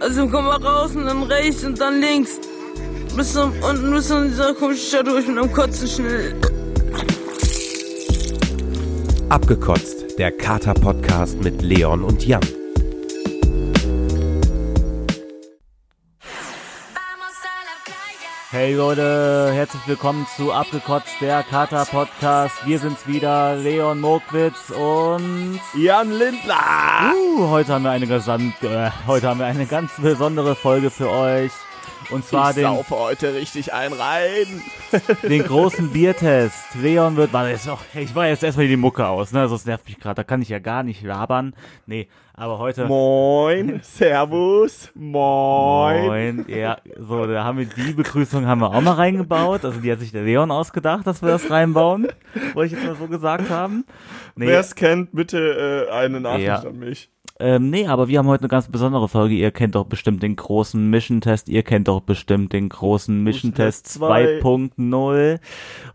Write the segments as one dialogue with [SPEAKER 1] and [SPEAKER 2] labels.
[SPEAKER 1] Also komm mal raus und dann rechts und dann links. Bis zum, unten bis in dieser komischen Stadt durch mit einem Kotzen schnell.
[SPEAKER 2] Abgekotzt, der Kater-Podcast mit Leon und Jan.
[SPEAKER 3] Hey Leute, herzlich willkommen zu Abgekotzt, der Kater-Podcast. Wir sind's wieder, Leon Mokwitz und...
[SPEAKER 4] Jan Lindler!
[SPEAKER 3] Uh, heute, haben wir eine gesamt, äh, heute haben wir eine ganz besondere Folge für euch. Und zwar
[SPEAKER 4] Ich
[SPEAKER 3] den,
[SPEAKER 4] saufe heute richtig ein rein.
[SPEAKER 3] den großen Biertest. Leon wird... Warte, jetzt noch, ich mache jetzt erstmal die Mucke aus, ne? sonst nervt mich gerade. Da kann ich ja gar nicht labern. Nee, aber heute...
[SPEAKER 4] Moin, Servus, moin.
[SPEAKER 3] Moin. Ja, so, da haben wir die Begrüßung haben wir auch mal reingebaut. Also die hat sich der Leon ausgedacht, dass wir das reinbauen. Wollte ich jetzt mal so gesagt haben. Nee,
[SPEAKER 4] Wer es kennt, bitte äh, eine Nachricht
[SPEAKER 3] Ja.
[SPEAKER 4] an mich.
[SPEAKER 3] ähm, nee, aber wir haben heute eine ganz besondere Folge. Ihr kennt doch bestimmt den großen Mission-Test. Ihr kennt doch bestimmt den großen Mission-Test
[SPEAKER 4] zwei.
[SPEAKER 3] 2.0.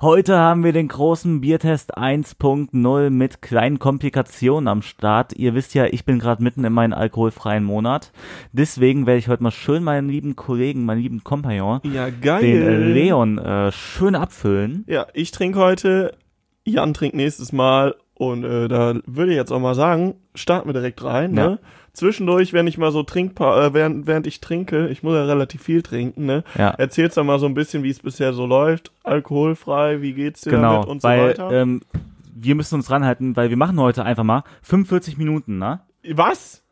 [SPEAKER 3] Heute haben wir den großen Biertest 1.0 mit kleinen Komplikationen am Start. Ihr wisst ja, ich bin gerade mitten in meinen alkoholfreien Monat. Deswegen werde ich heute mal schön meinen lieben Kollegen, meinen lieben Kompagnon,
[SPEAKER 4] Ja, geil.
[SPEAKER 3] den äh, Leon äh, schön abfüllen.
[SPEAKER 4] Ja, ich trinke heute, Jan trinkt nächstes Mal. Und äh, da würde ich jetzt auch mal sagen, starten wir direkt rein.
[SPEAKER 3] Ja.
[SPEAKER 4] Ne? Zwischendurch, wenn ich mal so trinkpa äh, während, während ich trinke, ich muss ja relativ viel trinken, ne?
[SPEAKER 3] Ja.
[SPEAKER 4] Erzählst du mal so ein bisschen, wie es bisher so läuft, alkoholfrei, wie geht's dir
[SPEAKER 3] genau,
[SPEAKER 4] damit und so
[SPEAKER 3] weil
[SPEAKER 4] weiter.
[SPEAKER 3] ähm, wir müssen uns ranhalten, weil wir machen heute einfach mal 45 Minuten, ne?
[SPEAKER 4] Was?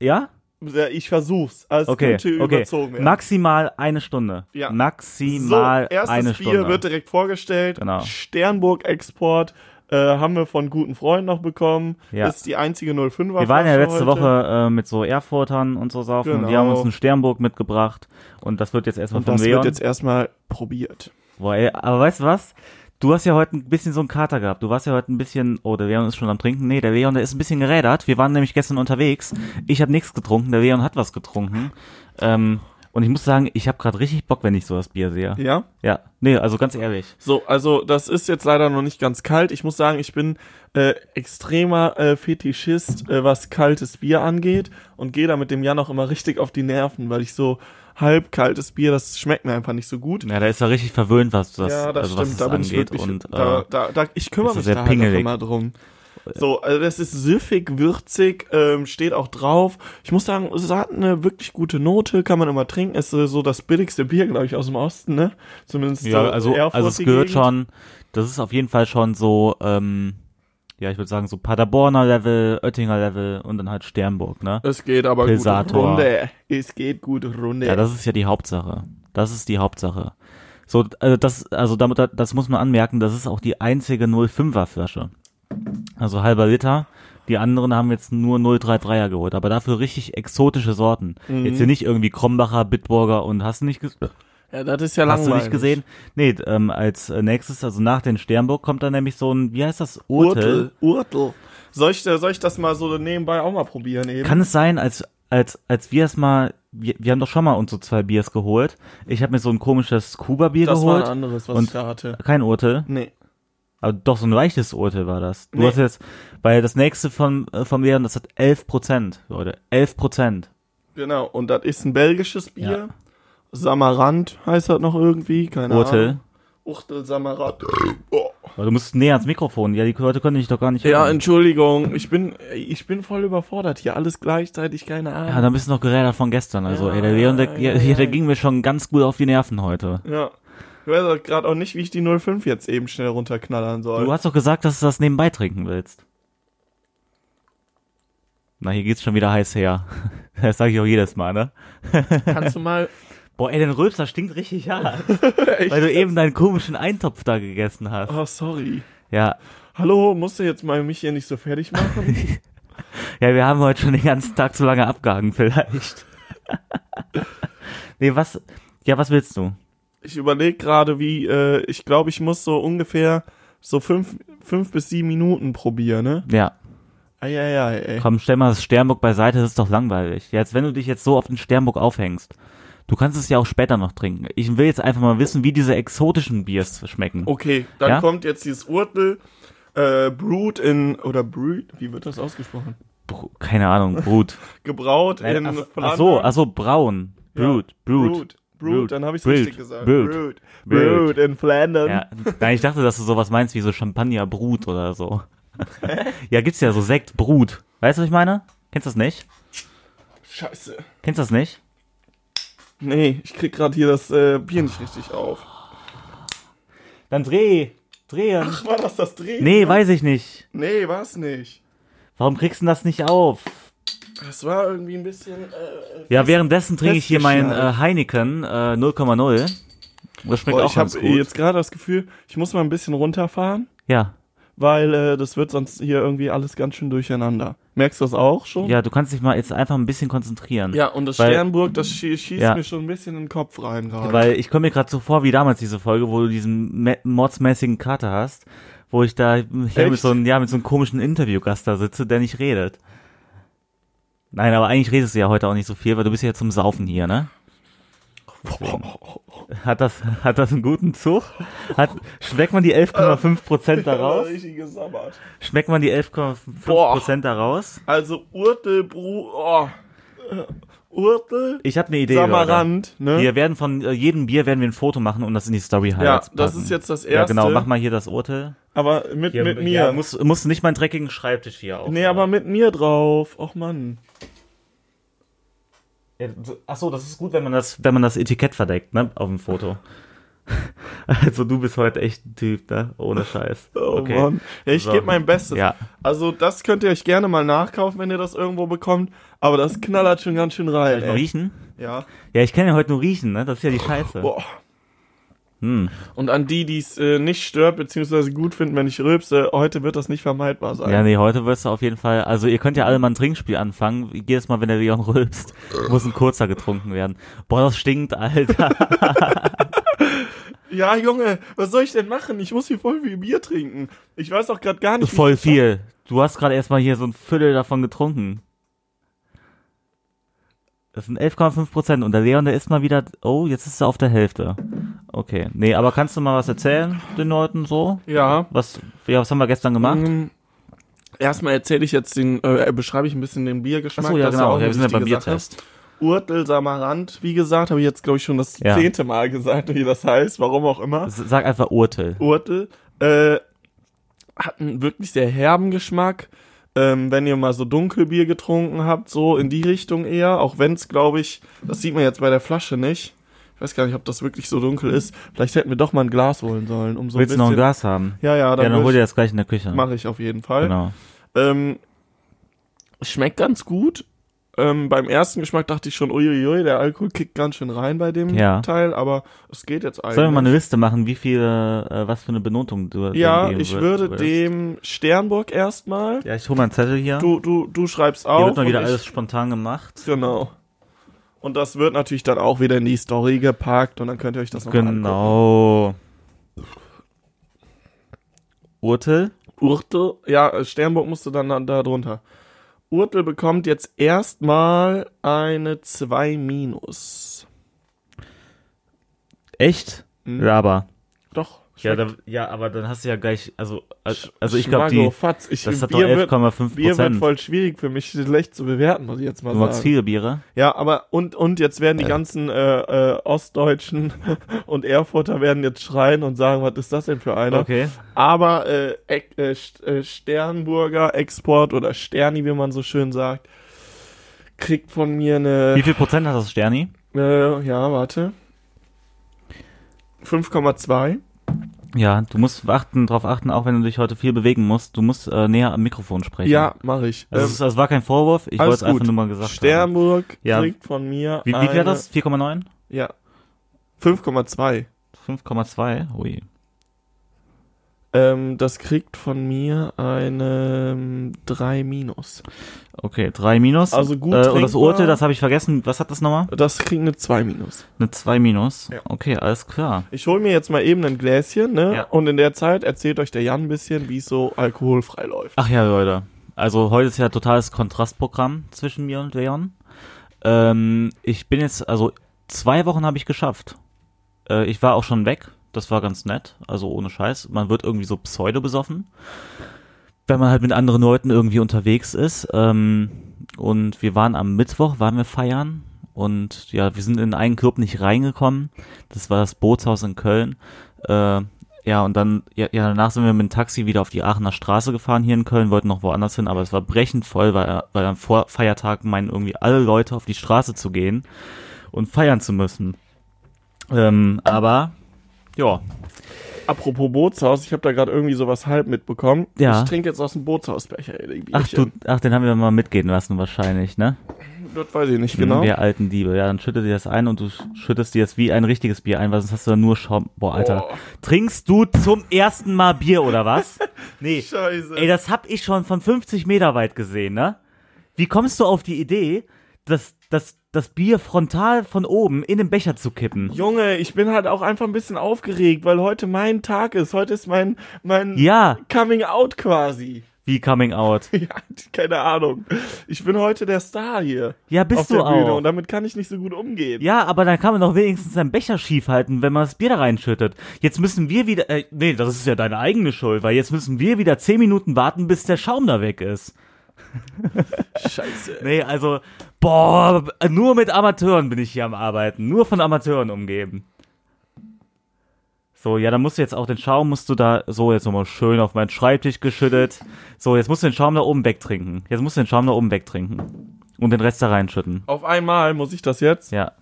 [SPEAKER 3] Ja?
[SPEAKER 4] Ja, Ich versuch's. Also es
[SPEAKER 3] Okay,
[SPEAKER 4] könnte
[SPEAKER 3] okay.
[SPEAKER 4] überzogen werden.
[SPEAKER 3] Maximal eine Stunde.
[SPEAKER 4] Ja. so,
[SPEAKER 3] Maximal
[SPEAKER 4] erstes
[SPEAKER 3] eine
[SPEAKER 4] Bier
[SPEAKER 3] Stunde.
[SPEAKER 4] wird direkt vorgestellt.
[SPEAKER 3] Genau.
[SPEAKER 4] Sternburg Export äh, haben wir von guten Freunden noch bekommen.
[SPEAKER 3] Ja.
[SPEAKER 4] Ist die einzige 05er.
[SPEAKER 3] wir waren ja
[SPEAKER 4] Flasche
[SPEAKER 3] letzte
[SPEAKER 4] heute.
[SPEAKER 3] Woche äh, mit so Erfurtern und so saufen. und Die
[SPEAKER 4] Genau.
[SPEAKER 3] haben uns einen Sternburg mitgebracht und das wird jetzt erstmal
[SPEAKER 4] Und
[SPEAKER 3] von
[SPEAKER 4] das
[SPEAKER 3] Leon.
[SPEAKER 4] wird jetzt erstmal probiert.
[SPEAKER 3] Boah, ey, aber weißt du was? Du hast ja heute ein bisschen so einen Kater gehabt. Du warst ja heute ein bisschen, oh, der Leon ist schon am Trinken. Nee, der Leon, der ist ein bisschen gerädert. Wir waren nämlich gestern unterwegs. Ich habe nichts getrunken, der Leon hat was getrunken. Ähm, und ich muss sagen, ich habe gerade richtig Bock, wenn ich so das Bier sehe. Ja.
[SPEAKER 4] Ja.
[SPEAKER 3] nee, also ganz ehrlich.
[SPEAKER 4] So, also das ist jetzt leider noch nicht ganz kalt. Ich muss sagen, ich bin äh, extremer äh, Fetischist, äh, was kaltes Bier angeht und gehe da mit dem Jan auch immer richtig auf die Nerven, weil ich so halb kaltes Bier, das schmeckt mir einfach nicht so gut.
[SPEAKER 3] Ja, da ist er richtig verwöhnt, was das,
[SPEAKER 4] ja, das
[SPEAKER 3] also, was
[SPEAKER 4] stimmt.
[SPEAKER 3] das
[SPEAKER 4] Da bin ich
[SPEAKER 3] angeht.
[SPEAKER 4] wirklich.
[SPEAKER 3] und,
[SPEAKER 4] da,
[SPEAKER 3] äh,
[SPEAKER 4] da, da, ich kümmere
[SPEAKER 3] ist
[SPEAKER 4] mich
[SPEAKER 3] sehr
[SPEAKER 4] da halt auch
[SPEAKER 3] pingelig. Äh.
[SPEAKER 4] immer drum. So, also das ist süffig, würzig, ähm, steht auch drauf. Ich muss sagen, es hat eine wirklich gute Note, kann man immer trinken. Ist äh, so das billigste Bier, glaube ich, aus dem Osten, ne? Zumindest
[SPEAKER 3] ja,
[SPEAKER 4] äh,
[SPEAKER 3] also,
[SPEAKER 4] Erfurt
[SPEAKER 3] also es
[SPEAKER 4] die
[SPEAKER 3] gehört
[SPEAKER 4] Gegend.
[SPEAKER 3] schon, das ist auf jeden Fall schon so, ähm, ja, ich würde sagen, so Paderborner Level, Oettinger Level und dann halt Sternburg, ne?
[SPEAKER 4] Es geht aber
[SPEAKER 3] Pilsator.
[SPEAKER 4] gut runde. Es geht gut runde.
[SPEAKER 3] Ja, das ist ja die Hauptsache. Das ist die Hauptsache. So, also das, also damit, das muss man anmerken, das ist auch die einzige 05er Flasche. Also halber Liter. Die anderen haben jetzt nur 033er geholt, aber dafür richtig exotische Sorten. Jetzt hier nicht irgendwie Krombacher, Bitburger und hast du nicht, ges
[SPEAKER 4] Mhm. ja, das ist ja
[SPEAKER 3] hast du
[SPEAKER 4] langweilig.
[SPEAKER 3] nicht gesehen? Nee, ähm, als nächstes, also nach den Sternburg kommt dann nämlich so ein, wie heißt das? Urtel.
[SPEAKER 4] Urtel. Urtel. Soll ich, äh, soll ich das mal so nebenbei auch mal probieren eben?
[SPEAKER 3] Kann es sein, als, als, als wir es mal, wir, wir haben doch schon mal uns so zwei Biers geholt. Ich habe mir so ein komisches Kuba-Bier
[SPEAKER 4] das war
[SPEAKER 3] geholt.
[SPEAKER 4] ein anderes, was
[SPEAKER 3] und- äh,
[SPEAKER 4] ich da hatte.
[SPEAKER 3] Kein Urteil,
[SPEAKER 4] Nee.
[SPEAKER 3] aber doch so ein leichtes Urteil war das. Du
[SPEAKER 4] Nee.
[SPEAKER 3] hast jetzt, weil das nächste von, äh, von Leon, das hat 11 Prozent, Leute. 11 Prozent.
[SPEAKER 4] Genau, und das ist ein belgisches Bier.
[SPEAKER 3] Ja.
[SPEAKER 4] Samarant heißt das noch irgendwie, keine
[SPEAKER 3] Urteil.
[SPEAKER 4] Ahnung. Urtel Samarant. Oh.
[SPEAKER 3] Aber Du musst näher ans Mikrofon. Ja, die Leute können dich doch gar nicht
[SPEAKER 4] Ja,
[SPEAKER 3] hören.
[SPEAKER 4] Entschuldigung, ich bin, ich bin voll überfordert hier, alles gleichzeitig, keine
[SPEAKER 3] Ja,
[SPEAKER 4] Ahnung.
[SPEAKER 3] dann bist du noch gerädert von gestern. Also,
[SPEAKER 4] Ja,
[SPEAKER 3] ey, der Leon, der, ja,
[SPEAKER 4] ja,
[SPEAKER 3] ja,
[SPEAKER 4] ja.
[SPEAKER 3] der ging mir schon ganz gut auf die Nerven heute.
[SPEAKER 4] Ja, ich weiß auch gerade auch nicht, wie ich die 05 jetzt eben schnell runterknallern soll.
[SPEAKER 3] Du hast doch gesagt, dass du das nebenbei trinken willst. Na, hier geht's schon wieder heiß her. Das sage ich auch jedes Mal, ne?
[SPEAKER 4] Kannst du mal...
[SPEAKER 3] Boah, ey, dein Rülpser stinkt richtig hart,
[SPEAKER 4] Echt?
[SPEAKER 3] weil du eben deinen komischen Eintopf da gegessen hast.
[SPEAKER 4] Oh, sorry.
[SPEAKER 3] Ja,
[SPEAKER 4] Hallo, musst du jetzt mal mich hier nicht so fertig machen?
[SPEAKER 3] Ja, wir haben heute schon den ganzen Tag zu lange abgehangen, vielleicht. nee, was, ja, was willst du?
[SPEAKER 4] ich überlege gerade, wie, äh, ich glaube, ich muss so ungefähr so fünf, fünf bis sieben Minuten probieren, ne?
[SPEAKER 3] Ja,
[SPEAKER 4] Eieiei, ey.
[SPEAKER 3] komm, stell mal das Sternburg beiseite, das ist doch langweilig. Jetzt, wenn du dich jetzt so auf den Sternburg aufhängst, du kannst es ja auch später noch trinken. Ich will jetzt einfach mal wissen, wie diese exotischen Biers schmecken.
[SPEAKER 4] Okay, dann
[SPEAKER 3] Ja?
[SPEAKER 4] kommt jetzt dieses Urtel. Äh, brewed in, oder brewed, wie wird das ausgesprochen?
[SPEAKER 3] Bru- keine Ahnung, Brut.
[SPEAKER 4] Gebraut in
[SPEAKER 3] also, ach, ach so, ach so, braun. Brut, Brut.
[SPEAKER 4] Brut.
[SPEAKER 3] Brut,
[SPEAKER 4] Brut, dann habe ich es
[SPEAKER 3] Brut,
[SPEAKER 4] richtig gesagt.
[SPEAKER 3] Brut,
[SPEAKER 4] Brut.
[SPEAKER 3] Brut.
[SPEAKER 4] Brut in Flandern.
[SPEAKER 3] Ja, nein, ich dachte, dass du sowas meinst wie so Champagner Brut oder so. ja, gibt's ja so Sekt Brut. Weißt du, was ich meine? Kennst du das nicht?
[SPEAKER 4] Scheiße.
[SPEAKER 3] Kennst du das nicht?
[SPEAKER 4] Nee, ich krieg gerade hier das äh, Bier nicht richtig auf.
[SPEAKER 3] Dann dreh, drehen.
[SPEAKER 4] War das das Dreh?
[SPEAKER 3] Nee, weiß ich nicht.
[SPEAKER 4] Nee, war's nicht.
[SPEAKER 3] Warum kriegst du denn das nicht auf?
[SPEAKER 4] Das war irgendwie ein bisschen. Äh,
[SPEAKER 3] Ja, währenddessen trinke ich hier mein äh,
[SPEAKER 4] festgeschnallt.
[SPEAKER 3] Heineken äh, 0,0. Das schmeckt
[SPEAKER 4] boah,
[SPEAKER 3] auch
[SPEAKER 4] ich habe
[SPEAKER 3] ganz gut.
[SPEAKER 4] jetzt gerade das Gefühl, ich muss mal ein bisschen runterfahren,
[SPEAKER 3] ja.
[SPEAKER 4] weil äh, das wird sonst hier irgendwie alles ganz schön durcheinander. Merkst du das auch schon?
[SPEAKER 3] ja, du kannst dich mal jetzt einfach ein bisschen konzentrieren.
[SPEAKER 4] Ja, und das
[SPEAKER 3] Weil-
[SPEAKER 4] Sternburg, das schie schießt
[SPEAKER 3] Ja.
[SPEAKER 4] mir schon ein bisschen in den Kopf rein gerade.
[SPEAKER 3] Weil ich komme mir gerade so vor wie damals diese Folge, wo du diesen me- mordsmäßigen Kater hast, wo ich da hier mit
[SPEAKER 4] Echt?
[SPEAKER 3] so, einem, ja, mit so einem komischen Interviewgast da sitze, der nicht redet. Nein, aber eigentlich redest du ja heute auch nicht so viel, weil du bist ja zum Saufen hier, ne? Hat das, hat das einen guten Zug? Hat, schmeckt man
[SPEAKER 4] Äh,
[SPEAKER 3] die 11,5% daraus?
[SPEAKER 4] Richtig gesabbert.
[SPEAKER 3] Schmeckt man die 11,5% daraus?
[SPEAKER 4] Also Urtelbru. Oh. Äh, Urtel.
[SPEAKER 3] Ich habe eine Idee. Leute.
[SPEAKER 4] Samarand, ne?
[SPEAKER 3] Wir werden von äh, jedem Bier werden wir ein Foto machen und das in die Story
[SPEAKER 4] ja,
[SPEAKER 3] Highlights
[SPEAKER 4] das
[SPEAKER 3] packen.
[SPEAKER 4] ist jetzt das erste.
[SPEAKER 3] Ja, genau, mach mal hier das Urteil.
[SPEAKER 4] Aber mit, mit mir.
[SPEAKER 3] Ja, musst, musst du nicht meinen dreckigen Schreibtisch hier auf.
[SPEAKER 4] nee, aber mit mir drauf. Och Mann.
[SPEAKER 3] Achso, das ist gut, wenn man das, wenn man das Etikett verdeckt, ne? Auf dem Foto. Also du bist heute echt ein Typ, ne? Ohne Scheiß.
[SPEAKER 4] Oh Mann. Ja, ich
[SPEAKER 3] So.
[SPEAKER 4] gebe mein Bestes.
[SPEAKER 3] Ja.
[SPEAKER 4] Also das könnt ihr euch gerne mal nachkaufen, wenn ihr das irgendwo bekommt. Aber das knallert schon ganz schön
[SPEAKER 3] Soll
[SPEAKER 4] rein.
[SPEAKER 3] ich noch
[SPEAKER 4] Ey.
[SPEAKER 3] riechen?
[SPEAKER 4] Ja.
[SPEAKER 3] Ja, ich kann ja heute nur riechen, ne? Das ist ja die Scheiße.
[SPEAKER 4] Boah.
[SPEAKER 3] Hm.
[SPEAKER 4] Und an die, die es äh, nicht stört, beziehungsweise gut finden, wenn ich rülpse, heute wird das nicht vermeidbar sein.
[SPEAKER 3] Ja, nee, heute wirst du auf jeden Fall, also ihr könnt ja alle mal ein Trinkspiel anfangen. Jedes Mal, wenn der Leon rülpst, muss ein kurzer getrunken werden. Boah, das stinkt, Alter.
[SPEAKER 4] Ja, Junge, was soll ich denn machen? Ich muss hier voll viel Bier trinken. Ich weiß auch gerade gar nicht. wie
[SPEAKER 3] Voll
[SPEAKER 4] ich das schaff.
[SPEAKER 3] viel. Du hast gerade erstmal hier so ein Viertel davon getrunken. Das sind 11,5 Prozent und der Leon, der ist mal wieder, oh, jetzt ist er auf der Hälfte. Okay, nee, aber kannst du mal was erzählen den Leuten so?
[SPEAKER 4] Ja.
[SPEAKER 3] Was, ja, was haben wir gestern gemacht?
[SPEAKER 4] Ähm, Erstmal erzähle ich jetzt den, äh, beschreibe ich ein bisschen den Biergeschmack.
[SPEAKER 3] Achso, ja,
[SPEAKER 4] Das ist
[SPEAKER 3] genau,
[SPEAKER 4] auch
[SPEAKER 3] ja,
[SPEAKER 4] eine
[SPEAKER 3] wir sind ja beim
[SPEAKER 4] wichtige Sache.
[SPEAKER 3] Biertest.
[SPEAKER 4] Urtel Samarand, wie gesagt, habe ich jetzt, glaube ich, schon das
[SPEAKER 3] Ja.
[SPEAKER 4] zehnte Mal gesagt, wie das heißt, warum auch immer.
[SPEAKER 3] S- Sag einfach Urteil.
[SPEAKER 4] Urtel äh, hat einen wirklich sehr herben Geschmack. Ähm, wenn ihr mal so Dunkelbier getrunken habt, so in die Richtung eher, auch wenn es, glaube ich, das sieht man jetzt bei der Flasche nicht. Ich weiß gar nicht, ob das wirklich so dunkel ist. Vielleicht hätten wir doch mal ein Glas holen sollen, um so
[SPEAKER 3] Willst du
[SPEAKER 4] ein bisschen.
[SPEAKER 3] noch ein Glas haben?
[SPEAKER 4] Ja, ja,
[SPEAKER 3] Ja,
[SPEAKER 4] dann,
[SPEAKER 3] dann hol dir
[SPEAKER 4] ja,
[SPEAKER 3] das gleich in der Küche.
[SPEAKER 4] mache ich auf jeden Fall.
[SPEAKER 3] Genau.
[SPEAKER 4] Ähm, schmeckt ganz gut. Ähm, beim ersten Geschmack dachte ich schon, uiuiui, der Alkohol kickt ganz schön rein bei dem
[SPEAKER 3] Ja.
[SPEAKER 4] Teil, aber es geht jetzt eigentlich.
[SPEAKER 3] Sollen wir mal eine Liste machen, wie viele, äh, was für eine Benotung du dem
[SPEAKER 4] ja,
[SPEAKER 3] geben
[SPEAKER 4] ich
[SPEAKER 3] würd-
[SPEAKER 4] würde
[SPEAKER 3] würdest?
[SPEAKER 4] dem Sternburg erstmal.
[SPEAKER 3] Ja, ich hol mal einen Zettel hier.
[SPEAKER 4] Du, du, du schreibst auf.
[SPEAKER 3] Hier wird mal wieder
[SPEAKER 4] und
[SPEAKER 3] alles spontan gemacht.
[SPEAKER 4] Ich, genau. Und das wird natürlich dann auch wieder in die Story gepackt und dann könnt ihr euch das noch angucken.
[SPEAKER 3] Genau. Urteil?
[SPEAKER 4] Urtel, ja, Sternburg musste dann da, da drunter. Urtel bekommt jetzt erstmal eine 2 minus.
[SPEAKER 3] Echt?
[SPEAKER 4] Hm.
[SPEAKER 3] Ja, aber.
[SPEAKER 4] Doch.
[SPEAKER 3] Ja,
[SPEAKER 4] schmeckt
[SPEAKER 3] da, ja, aber dann hast du ja gleich, also,
[SPEAKER 4] Sch-
[SPEAKER 3] also ich glaube, die,
[SPEAKER 4] Schmago, Fatz, ich,
[SPEAKER 3] das hat doch
[SPEAKER 4] Bier wird-
[SPEAKER 3] 11,5
[SPEAKER 4] Bier wird
[SPEAKER 3] Prozent.
[SPEAKER 4] voll schwierig für mich schlecht zu bewerten, muss ich jetzt mal
[SPEAKER 3] Du magst
[SPEAKER 4] sagen.
[SPEAKER 3] viele Biere?
[SPEAKER 4] Ja, aber und, und jetzt werden die ganzen äh, äh, Ostdeutschen und Erfurter werden jetzt schreien und sagen, was ist das denn für einer?
[SPEAKER 3] Okay.
[SPEAKER 4] Aber äh, Eck- äh, St- äh, Sternburger Export oder Sterni, wie man so schön sagt, kriegt von mir eine,
[SPEAKER 3] Wie viel Prozent hat das Sterni?
[SPEAKER 4] äh, ja, warte, 5,2.
[SPEAKER 3] Ja, du musst achten, drauf achten, auch wenn du dich heute viel bewegen musst. Du musst äh, näher am Mikrofon sprechen.
[SPEAKER 4] Ja, mache ich.
[SPEAKER 3] Also,
[SPEAKER 4] Ähm,
[SPEAKER 3] es ist- das war kein Vorwurf, ich wollte es einfach nur mal gesagt haben.
[SPEAKER 4] Sternburg
[SPEAKER 3] Ja.
[SPEAKER 4] kriegt von mir
[SPEAKER 3] Wie, wie viel
[SPEAKER 4] eine,
[SPEAKER 3] hat das? 4,9?
[SPEAKER 4] Ja. 5,2.
[SPEAKER 3] 5,2? Ui.
[SPEAKER 4] Ähm, das kriegt von mir eine ähm, 3 minus.
[SPEAKER 3] Okay, 3 minus.
[SPEAKER 4] Also gut
[SPEAKER 3] Äh, und das
[SPEAKER 4] trinkbar.
[SPEAKER 3] Urteil, das habe ich vergessen. Was hat das nochmal?
[SPEAKER 4] Das kriegt eine 2 minus.
[SPEAKER 3] Eine 2 minus.
[SPEAKER 4] Ja.
[SPEAKER 3] Okay, alles klar.
[SPEAKER 4] Ich hole mir jetzt mal eben ein Gläschen, ne?
[SPEAKER 3] Ja.
[SPEAKER 4] Und in der Zeit erzählt euch der Jan ein bisschen, wie es so alkoholfrei läuft.
[SPEAKER 3] Ach ja, Leute. Also heute ist ja totales Kontrastprogramm zwischen mir und Leon. Ähm, ich bin jetzt, also zwei Wochen habe ich geschafft. Äh, ich war auch schon weg. Das war ganz nett. Also ohne Scheiß. Man wird irgendwie so pseudo besoffen. wenn man halt mit anderen Leuten irgendwie unterwegs ist. Ähm, und wir waren am Mittwoch, waren wir feiern. Und ja, wir sind in einen Club nicht reingekommen. Das war das Bootshaus in Köln. Äh, ja, und dann, ja, ja, danach sind wir mit dem Taxi wieder auf die Aachener Straße gefahren hier in Köln, wollten noch woanders hin, aber es war brechend voll, weil, weil am Vorfeiertag meinen irgendwie alle Leute auf die Straße zu gehen und feiern zu müssen. Ähm, aber, ja,
[SPEAKER 4] Apropos Bootshaus, ich habe da gerade irgendwie sowas halb mitbekommen.
[SPEAKER 3] Ja.
[SPEAKER 4] Ich trinke jetzt aus dem Bootshausbecher. ey, die
[SPEAKER 3] Ach, du,
[SPEAKER 4] Bierchen.
[SPEAKER 3] ach, den haben wir mal mitgehen lassen wahrscheinlich, ne?
[SPEAKER 4] Das weiß ich nicht genau.
[SPEAKER 3] Wir alten Diebe. Hm, Ja, dann schüttet dir das ein und du schüttest dir das wie ein richtiges Bier ein, weil sonst hast du dann nur Schaum. Boah, Alter.
[SPEAKER 4] Oh.
[SPEAKER 3] Trinkst du zum ersten Mal Bier oder was? Nee.
[SPEAKER 4] Scheiße.
[SPEAKER 3] Ey, das hab ich schon von 50 Meter weit gesehen, ne? Wie kommst du auf die Idee, dass das, das Bier frontal von oben in den Becher zu kippen?
[SPEAKER 4] Junge, ich bin halt auch einfach ein bisschen aufgeregt, weil heute mein Tag ist. Heute ist mein, mein
[SPEAKER 3] Ja,
[SPEAKER 4] Coming Out quasi.
[SPEAKER 3] wie coming out.
[SPEAKER 4] Ja, keine Ahnung. Ich bin heute der Star hier.
[SPEAKER 3] Ja, bist
[SPEAKER 4] auf
[SPEAKER 3] du
[SPEAKER 4] der Bühne
[SPEAKER 3] auch.
[SPEAKER 4] und damit kann ich nicht so gut umgehen.
[SPEAKER 3] Ja, aber dann kann man doch wenigstens seinen Becher schief halten, wenn man das Bier da reinschüttet. Jetzt müssen wir wieder, äh, nee, das ist ja deine eigene Schuld, weil jetzt müssen wir wieder zehn Minuten warten, bis der Schaum da weg ist.
[SPEAKER 4] Scheiße.
[SPEAKER 3] Nee, also, boah, nur mit Amateuren bin ich hier am Arbeiten, nur von Amateuren umgeben. So, ja, dann musst du jetzt auch den Schaum, musst du da, so, jetzt nochmal schön auf meinen Schreibtisch geschüttet. So, jetzt musst du den Schaum da oben wegtrinken. Jetzt musst du den Schaum da oben wegtrinken. Und den Rest da reinschütten.
[SPEAKER 4] Auf einmal muss ich das jetzt.
[SPEAKER 3] Ja.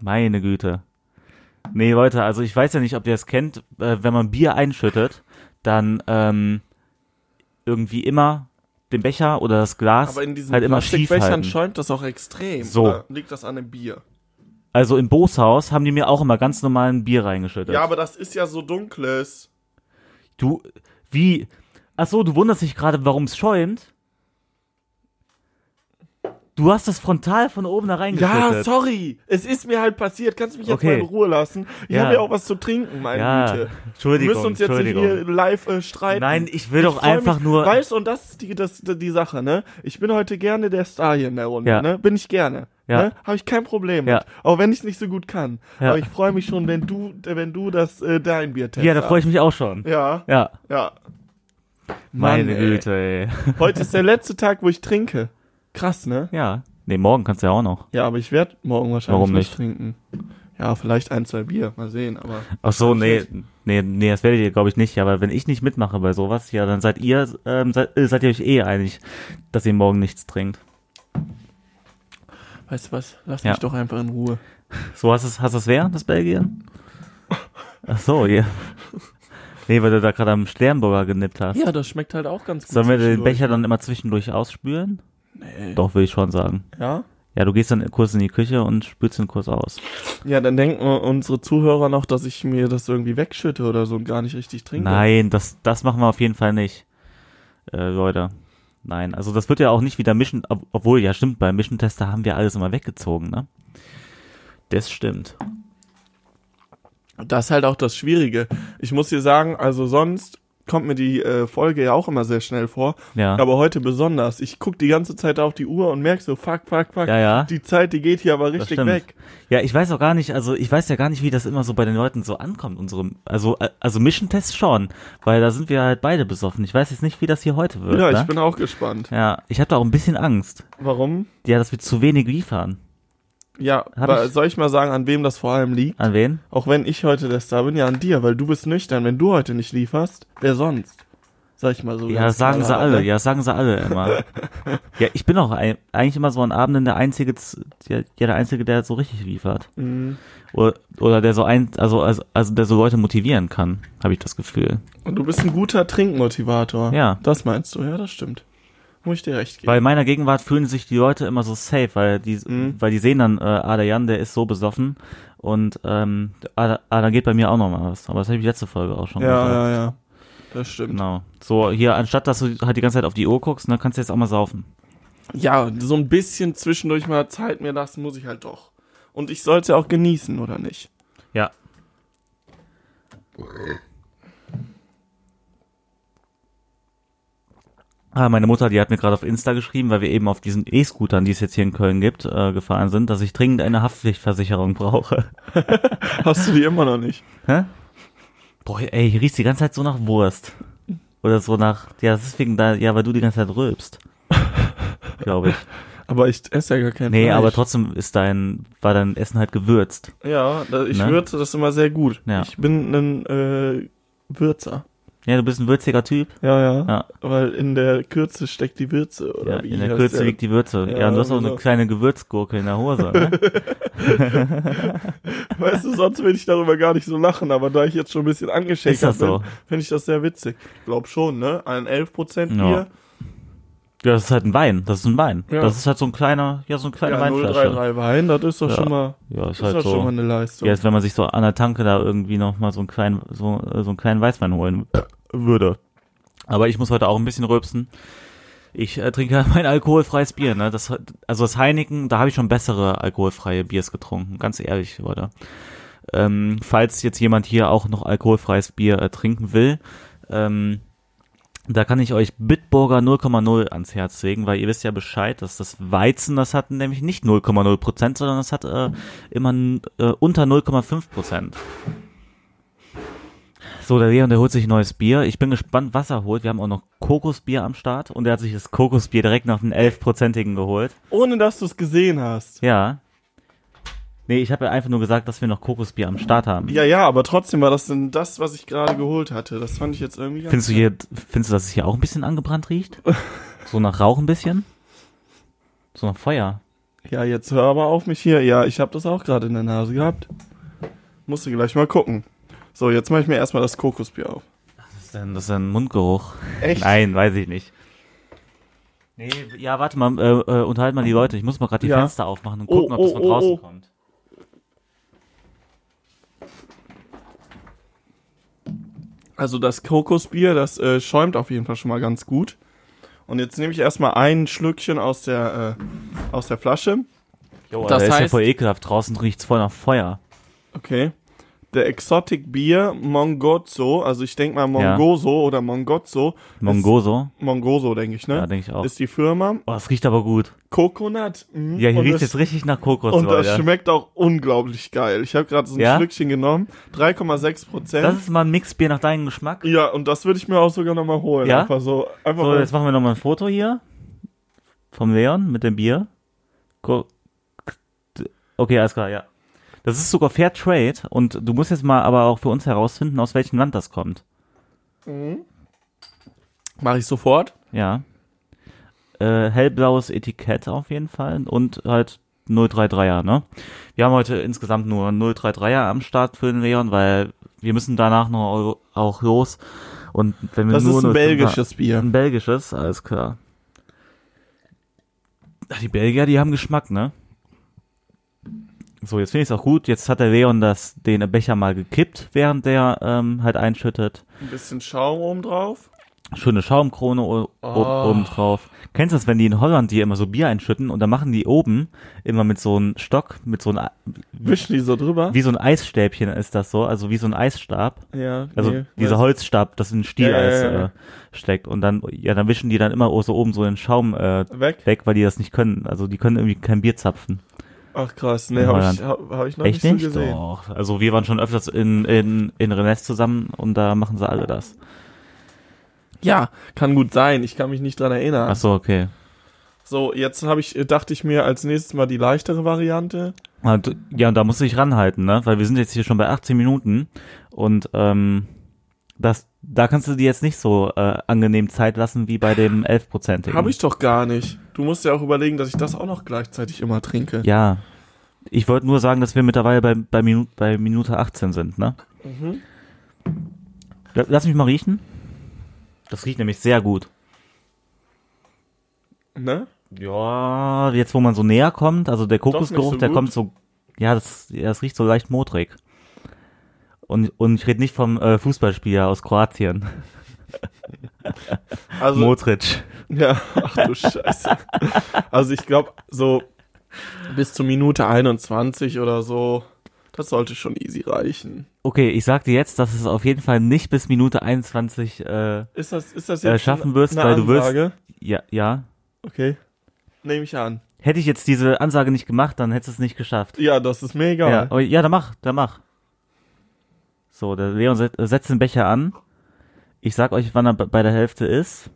[SPEAKER 3] Meine Güte. Nee, Leute, also ich weiß ja nicht, ob ihr es kennt, äh, wenn man Bier einschüttet, dann ähm, irgendwie immer den Becher oder das Glas
[SPEAKER 4] Aber in diesen
[SPEAKER 3] halt immer schief
[SPEAKER 4] Plastikbechern
[SPEAKER 3] halten.
[SPEAKER 4] schäumt das auch extrem.
[SPEAKER 3] So.
[SPEAKER 4] Oder liegt das an dem Bier?
[SPEAKER 3] Also im Boshaus haben die mir auch immer ganz normalen Bier reingeschüttet.
[SPEAKER 4] Ja, aber das ist ja so dunkles.
[SPEAKER 3] du, wie? Ach so, du wunderst dich gerade, warum es schäumt? Du hast das frontal von oben da reingeschüttet.
[SPEAKER 4] Ja, sorry. Es ist mir halt passiert. Kannst du mich jetzt
[SPEAKER 3] Okay.
[SPEAKER 4] mal in Ruhe lassen? Ich
[SPEAKER 3] Ja.
[SPEAKER 4] habe ja auch was zu trinken, meine
[SPEAKER 3] Ja,
[SPEAKER 4] Güte. Wir
[SPEAKER 3] Entschuldigung,
[SPEAKER 4] müssen uns jetzt nicht
[SPEAKER 3] Entschuldigung.
[SPEAKER 4] hier live äh, streiten.
[SPEAKER 3] Nein, ich will doch
[SPEAKER 4] freu
[SPEAKER 3] einfach nur-
[SPEAKER 4] Weißt du, und das ist die, das, die Sache, ne? Ich bin heute gerne der Star hier in der Runde,
[SPEAKER 3] Ja.
[SPEAKER 4] ne? Bin ich gerne.
[SPEAKER 3] Ja.
[SPEAKER 4] Ne? Habe ich kein Problem
[SPEAKER 3] Ja.
[SPEAKER 4] mit. Auch wenn ich es nicht so gut kann.
[SPEAKER 3] Ja.
[SPEAKER 4] Aber ich freue mich schon, wenn du, wenn du das äh, dein Bier testest.
[SPEAKER 3] Ja, da freue ich mich auch schon.
[SPEAKER 4] Ja,
[SPEAKER 3] Ja,
[SPEAKER 4] ja. Mann,
[SPEAKER 3] meine
[SPEAKER 4] ey.
[SPEAKER 3] Güte, ey.
[SPEAKER 4] Heute ist der letzte Tag, wo ich trinke. Krass, ne?
[SPEAKER 3] Ja. Nee, morgen kannst du ja auch noch.
[SPEAKER 4] Ja, aber ich werde morgen wahrscheinlich
[SPEAKER 3] Warum
[SPEAKER 4] nicht
[SPEAKER 3] nicht?
[SPEAKER 4] trinken. Ja, vielleicht ein, zwei Bier. Mal sehen, aber.
[SPEAKER 3] Ach so, nee, nee, nee, das werdet ihr, glaube ich, nicht. Aber wenn ich nicht mitmache bei sowas, ja, dann seid ihr, ähm, seid, äh, seid ihr euch eh einig, dass ihr morgen nichts trinkt.
[SPEAKER 4] Weißt du was? Lass
[SPEAKER 3] Ja.
[SPEAKER 4] mich doch einfach in Ruhe.
[SPEAKER 3] So, hast du hast das wer, das Belgien? Ach so, ja. Nee, weil du da gerade am Sternburger genippt hast.
[SPEAKER 4] Ja, das schmeckt halt auch ganz gut.
[SPEAKER 3] Sollen wir den
[SPEAKER 4] zwischendurch.
[SPEAKER 3] Becher dann immer zwischendurch ausspülen? Nee. Doch, würde ich schon sagen.
[SPEAKER 4] Ja?
[SPEAKER 3] Ja, du gehst dann kurz in die Küche und spülst den kurz aus.
[SPEAKER 4] Ja, dann denken unsere Zuhörer noch, dass ich mir das irgendwie wegschütte oder so und gar nicht richtig trinke.
[SPEAKER 3] Nein, das, das machen wir auf jeden Fall nicht, äh, Leute. Nein, also das wird ja auch nicht wieder Mission, ob, obwohl, ja stimmt, beim Mission Tester haben wir alles immer weggezogen, ne? Das stimmt.
[SPEAKER 4] Das ist halt auch das Schwierige. Ich muss dir sagen, also sonst kommt mir die äh, Folge ja auch immer sehr schnell vor.
[SPEAKER 3] Ja.
[SPEAKER 4] Aber heute besonders. Ich guck die ganze Zeit auf die Uhr und merk so, fuck, fuck, fuck.
[SPEAKER 3] Ja, ja.
[SPEAKER 4] Die Zeit, die geht hier aber richtig
[SPEAKER 3] stimmt.
[SPEAKER 4] weg.
[SPEAKER 3] Ja, ich weiß auch gar nicht, also ich weiß ja gar nicht, wie das immer so bei den Leuten so ankommt, unsere, also, äh, also Mission Test schon, weil da sind wir halt beide besoffen. Ich weiß jetzt nicht, wie das hier heute wird.
[SPEAKER 4] Ja,
[SPEAKER 3] ne?
[SPEAKER 4] ich bin auch gespannt.
[SPEAKER 3] ja, ich habe da auch ein bisschen Angst,
[SPEAKER 4] Warum?
[SPEAKER 3] ja, dass wir zu wenig liefern.
[SPEAKER 4] Ja,
[SPEAKER 3] Hab
[SPEAKER 4] wa-
[SPEAKER 3] ich-
[SPEAKER 4] soll ich mal sagen, an wem das vor allem liegt?
[SPEAKER 3] An wen?
[SPEAKER 4] Auch wenn ich heute der Star bin, ja an dir, weil du bist nüchtern. Wenn du heute nicht lieferst, wer sonst? Sag ich mal so.
[SPEAKER 3] Ja,
[SPEAKER 4] ganz
[SPEAKER 3] das sagen sie
[SPEAKER 4] knallhart,
[SPEAKER 3] alle,
[SPEAKER 4] ne?
[SPEAKER 3] ja, das sagen sie alle immer. ja, ich bin auch ein, eigentlich immer so an Abenden der Einzige, z- der, ja, der Einzige, der so richtig liefert.
[SPEAKER 4] Mhm.
[SPEAKER 3] Oder, oder der so ein, also, also, also der so Leute motivieren kann, habe ich das Gefühl.
[SPEAKER 4] Und du bist ein guter Trinkmotivator.
[SPEAKER 3] Ja.
[SPEAKER 4] Das meinst du, ja, das stimmt. Muss ich dir recht geben.
[SPEAKER 3] Weil in meiner Gegenwart fühlen sich die Leute immer so safe, weil die,
[SPEAKER 4] Mhm.
[SPEAKER 3] weil die sehen dann, äh, ah, der Jan, der ist so besoffen und ähm, ah, da- ah, dann geht bei mir auch noch mal was. Aber das habe ich letzte Folge auch schon
[SPEAKER 4] ja, ja, ja. Das stimmt.
[SPEAKER 3] Genau. So, hier, anstatt dass du halt die ganze Zeit auf die Uhr guckst, dann kannst du jetzt auch mal saufen.
[SPEAKER 4] Ja, so ein bisschen zwischendurch mal Zeit mir lassen muss ich halt doch. Und ich soll's ja auch genießen, oder nicht?
[SPEAKER 3] Ja. Ah, meine Mutter, die hat mir gerade auf Insta geschrieben, weil wir eben auf diesen E-Scootern, die es jetzt hier in Köln gibt, äh, gefahren sind, dass ich dringend eine Haftpflichtversicherung brauche.
[SPEAKER 4] Hast du die immer noch nicht?
[SPEAKER 3] Hä? Boah, ey, hier riecht die ganze Zeit so nach Wurst. Oder so nach, ja, das ist wegen da, ja, weil du die ganze Zeit rülpst. Glaube ich.
[SPEAKER 4] Aber ich esse ja gar keinen
[SPEAKER 3] Nee,
[SPEAKER 4] Fleisch.
[SPEAKER 3] aber trotzdem ist dein, war dein Essen halt gewürzt.
[SPEAKER 4] Ja, da, ich
[SPEAKER 3] Ne?
[SPEAKER 4] würze das immer sehr gut.
[SPEAKER 3] Ja.
[SPEAKER 4] Ich bin ein äh, Würzer.
[SPEAKER 3] Ja, du bist ein würziger Typ.
[SPEAKER 4] Ja, ja,
[SPEAKER 3] Ja.
[SPEAKER 4] Weil in der Kürze steckt die Würze, oder
[SPEAKER 3] Ja,
[SPEAKER 4] wie?
[SPEAKER 3] in der
[SPEAKER 4] heißt
[SPEAKER 3] Kürze
[SPEAKER 4] der?
[SPEAKER 3] wiegt die Würze. Ja,
[SPEAKER 4] Ja,
[SPEAKER 3] und du hast auch eine
[SPEAKER 4] genau.
[SPEAKER 3] kleine Gewürzgurke in der Hose. Ne?
[SPEAKER 4] Weißt du, sonst will ich darüber gar nicht so lachen, aber da ich jetzt schon ein bisschen
[SPEAKER 3] Ist
[SPEAKER 4] angeschenkt
[SPEAKER 3] das
[SPEAKER 4] bin,
[SPEAKER 3] so?
[SPEAKER 4] finde ich das sehr witzig. Glaub schon, ne? Ein 11% Bier.
[SPEAKER 3] Ja. Ja, das ist halt ein Wein. Das ist ein Wein.
[SPEAKER 4] Ja.
[SPEAKER 3] Das ist halt so ein kleiner, ja, so ein kleiner
[SPEAKER 4] Ja,
[SPEAKER 3] Weinflasche.
[SPEAKER 4] 033 Wein, das ist doch
[SPEAKER 3] Ja.
[SPEAKER 4] schon mal,
[SPEAKER 3] Ja, ist
[SPEAKER 4] ist
[SPEAKER 3] halt
[SPEAKER 4] doch schon
[SPEAKER 3] so.
[SPEAKER 4] mal eine Leistung.
[SPEAKER 3] Ja, als wenn man sich so an der Tanke da irgendwie nochmal so einen kleinen, so, äh, so einen kleinen Weißwein holen würde. Aber ich muss heute auch ein bisschen rülpsen. Ich äh, trinke ja mein alkoholfreies Bier, ne? Das, also das Heineken, da habe ich schon bessere alkoholfreie Biers getrunken, ganz ehrlich, Leute. Ähm, falls jetzt jemand hier auch noch alkoholfreies Bier äh, trinken will, ähm, da kann ich euch Bitburger 0,0 ans Herz legen, weil ihr wisst ja Bescheid, dass das Weizen, das hat nämlich nicht 0,0 Prozent, sondern das hat äh, immer äh, unter 0,5 Prozent. So, der Leon, der holt sich ein neues Bier. Ich bin gespannt, was er holt. Wir haben auch noch Kokosbier am Start und er hat sich das Kokosbier direkt nach dem 11-prozentigen geholt.
[SPEAKER 4] Ohne dass du es gesehen hast.
[SPEAKER 3] Ja. Nee, ich habe ja einfach nur gesagt, dass wir noch Kokosbier am Start haben.
[SPEAKER 4] Ja, ja, aber trotzdem war das denn das, was ich gerade geholt hatte. Das fand ich jetzt irgendwie ganz
[SPEAKER 3] Findest du hier, findest du, dass es hier auch ein bisschen angebrannt riecht? So nach Rauch ein bisschen? So nach Feuer.
[SPEAKER 4] Ja, jetzt hör aber auf mich hier. Ja, ich hab das auch gerade in der Nase gehabt. Musst du gleich mal gucken. So, jetzt mache ich mir erstmal das Kokosbier auf.
[SPEAKER 3] Das ist ein, das ist ein Mundgeruch.
[SPEAKER 4] Echt?
[SPEAKER 3] Nein, weiß ich nicht. Nee, ja, warte mal, äh, äh, unterhalt mal die Leute. Ich muss mal gerade die
[SPEAKER 4] Ja.
[SPEAKER 3] Fenster aufmachen und
[SPEAKER 4] Oh,
[SPEAKER 3] gucken, ob das
[SPEAKER 4] oh,
[SPEAKER 3] von
[SPEAKER 4] oh,
[SPEAKER 3] draußen
[SPEAKER 4] oh.
[SPEAKER 3] kommt.
[SPEAKER 4] Also das Kokosbier, das äh, schäumt auf jeden Fall schon mal ganz gut. Und jetzt nehme ich erstmal ein Schlückchen aus der, äh, aus der Flasche.
[SPEAKER 3] Jo,
[SPEAKER 4] Das
[SPEAKER 3] das ist ja
[SPEAKER 4] heißt-
[SPEAKER 3] voll ekelhaft. Draußen riecht's voll nach Feuer.
[SPEAKER 4] Okay. Der Exotic Beer Mongozo, also ich denke mal Mongozo oder Mongozzo.
[SPEAKER 3] Mongoso.
[SPEAKER 4] Ist, Mongozo, denke ich, ne?
[SPEAKER 3] Ja, denk ich auch.
[SPEAKER 4] Ist die Firma.
[SPEAKER 3] Oh, das riecht aber gut.
[SPEAKER 4] Coconut. mm,
[SPEAKER 3] Ja, hier
[SPEAKER 4] und
[SPEAKER 3] riecht
[SPEAKER 4] das-
[SPEAKER 3] jetzt richtig nach Kokos,
[SPEAKER 4] Und das
[SPEAKER 3] Leute.
[SPEAKER 4] schmeckt auch unglaublich geil. Ich habe gerade so ein
[SPEAKER 3] Ja?
[SPEAKER 4] Schlückchen genommen. 3,6
[SPEAKER 3] Das
[SPEAKER 4] Prozent.
[SPEAKER 3] ist mal ein Mixbier nach deinem Geschmack.
[SPEAKER 4] Ja, und das würde ich mir auch sogar nochmal holen.
[SPEAKER 3] Ja?
[SPEAKER 4] Einfach so. Einfach
[SPEAKER 3] So,
[SPEAKER 4] mal-
[SPEAKER 3] jetzt machen wir nochmal ein Foto hier. Vom Leon mit dem Bier. Ko- Okay, alles klar, ja. Das ist sogar Fair Trade und du musst jetzt mal aber auch für uns herausfinden, aus welchem Land das kommt.
[SPEAKER 4] Mache ich sofort.
[SPEAKER 3] Ja. Äh, hellblaues Etikett auf jeden Fall und halt 033er, ne? Wir haben heute insgesamt nur 033er am Start für den Leon, weil wir müssen danach noch au- auch los. Und wenn wir
[SPEAKER 4] Das
[SPEAKER 3] nur
[SPEAKER 4] ist ein
[SPEAKER 3] 0,5er
[SPEAKER 4] belgisches Bier.
[SPEAKER 3] Ein belgisches, alles klar. Ach, Die Belgier, die haben Geschmack, ne? So, jetzt finde ich es auch gut. Jetzt hat der Leon das, den Becher mal gekippt, während der ähm, halt einschüttet.
[SPEAKER 4] Ein bisschen Schaum oben drauf.
[SPEAKER 3] Schöne Schaumkrone o- o-
[SPEAKER 4] Oh.
[SPEAKER 3] oben drauf. Kennst du das, wenn die in Holland die immer so Bier einschütten und dann machen die oben immer mit so einem Stock, mit so einem, A-
[SPEAKER 4] Wischli so drüber.
[SPEAKER 3] wie so ein Eisstäbchen ist das so, also wie so ein Eisstab.
[SPEAKER 4] Ja,
[SPEAKER 3] Also
[SPEAKER 4] nee,
[SPEAKER 3] dieser
[SPEAKER 4] weiß-
[SPEAKER 3] Holzstab, das in Stieleis
[SPEAKER 4] Ja, ja, ja, ja.
[SPEAKER 3] Äh, steckt. Und dann, ja, dann wischen die dann immer so oben so den Schaum äh,
[SPEAKER 4] Weg.
[SPEAKER 3] weg, weil die das nicht können. Also die können irgendwie kein Bier zapfen.
[SPEAKER 4] Ach krass, nee, habe ich,
[SPEAKER 3] Holland.
[SPEAKER 4] hab, hab ich noch
[SPEAKER 3] Echt
[SPEAKER 4] nicht so
[SPEAKER 3] nicht?
[SPEAKER 4] gesehen.
[SPEAKER 3] Doch. Also wir waren schon öfters in, in, in Rennes zusammen und da machen sie alle das.
[SPEAKER 4] Ja, kann gut sein. Ich kann mich nicht dran erinnern.
[SPEAKER 3] Ach so, okay.
[SPEAKER 4] So, jetzt habe ich, dachte ich mir als nächstes mal die leichtere Variante.
[SPEAKER 3] Ah, d- Ja, und da musst du dich ranhalten, ne? Weil wir sind jetzt hier schon bei 18 Minuten und ähm, das, da kannst du dir jetzt nicht so äh, angenehm Zeit lassen wie bei dem 11-prozentigen.
[SPEAKER 4] Habe ich doch gar nicht. Du musst ja auch überlegen, dass ich das auch noch gleichzeitig immer trinke.
[SPEAKER 3] Ja. Ich wollte nur sagen, dass wir mittlerweile bei, bei, Minu bei Minute 18 sind, ne?
[SPEAKER 4] Mhm.
[SPEAKER 3] L- Lass mich mal riechen. Das riecht nämlich sehr gut.
[SPEAKER 4] Ne?
[SPEAKER 3] Ja, jetzt wo man so näher kommt, also der
[SPEAKER 4] nicht so
[SPEAKER 3] Kokosgeruch, der
[SPEAKER 4] gut.
[SPEAKER 3] kommt so, ja, das, ja, das riecht so leicht modrig. Und, und ich rede nicht vom äh, Fußballspieler aus Kroatien,
[SPEAKER 4] Also,
[SPEAKER 3] Modric.
[SPEAKER 4] Ja, ach du Scheiße. Also ich glaube, so bis zur Minute 21 oder so, das sollte schon easy reichen.
[SPEAKER 3] Okay, ich sag dir jetzt, dass es auf jeden Fall nicht bis Minute 21, äh,
[SPEAKER 4] Ist das, ist das
[SPEAKER 3] Äh,
[SPEAKER 4] jetzt
[SPEAKER 3] schaffen wirst,
[SPEAKER 4] eine
[SPEAKER 3] weil du wirst-
[SPEAKER 4] Ansage?
[SPEAKER 3] ja, ja.
[SPEAKER 4] Okay, nehme ich an.
[SPEAKER 3] Hätte ich jetzt diese Ansage nicht gemacht, dann hättest du es nicht geschafft.
[SPEAKER 4] Ja, das ist mega.
[SPEAKER 3] Ja, aber, ja, dann mach, dann mach. So, der Leon set, äh, setzt den Becher an. Ich sag euch, wann er b- bei der Hälfte ist.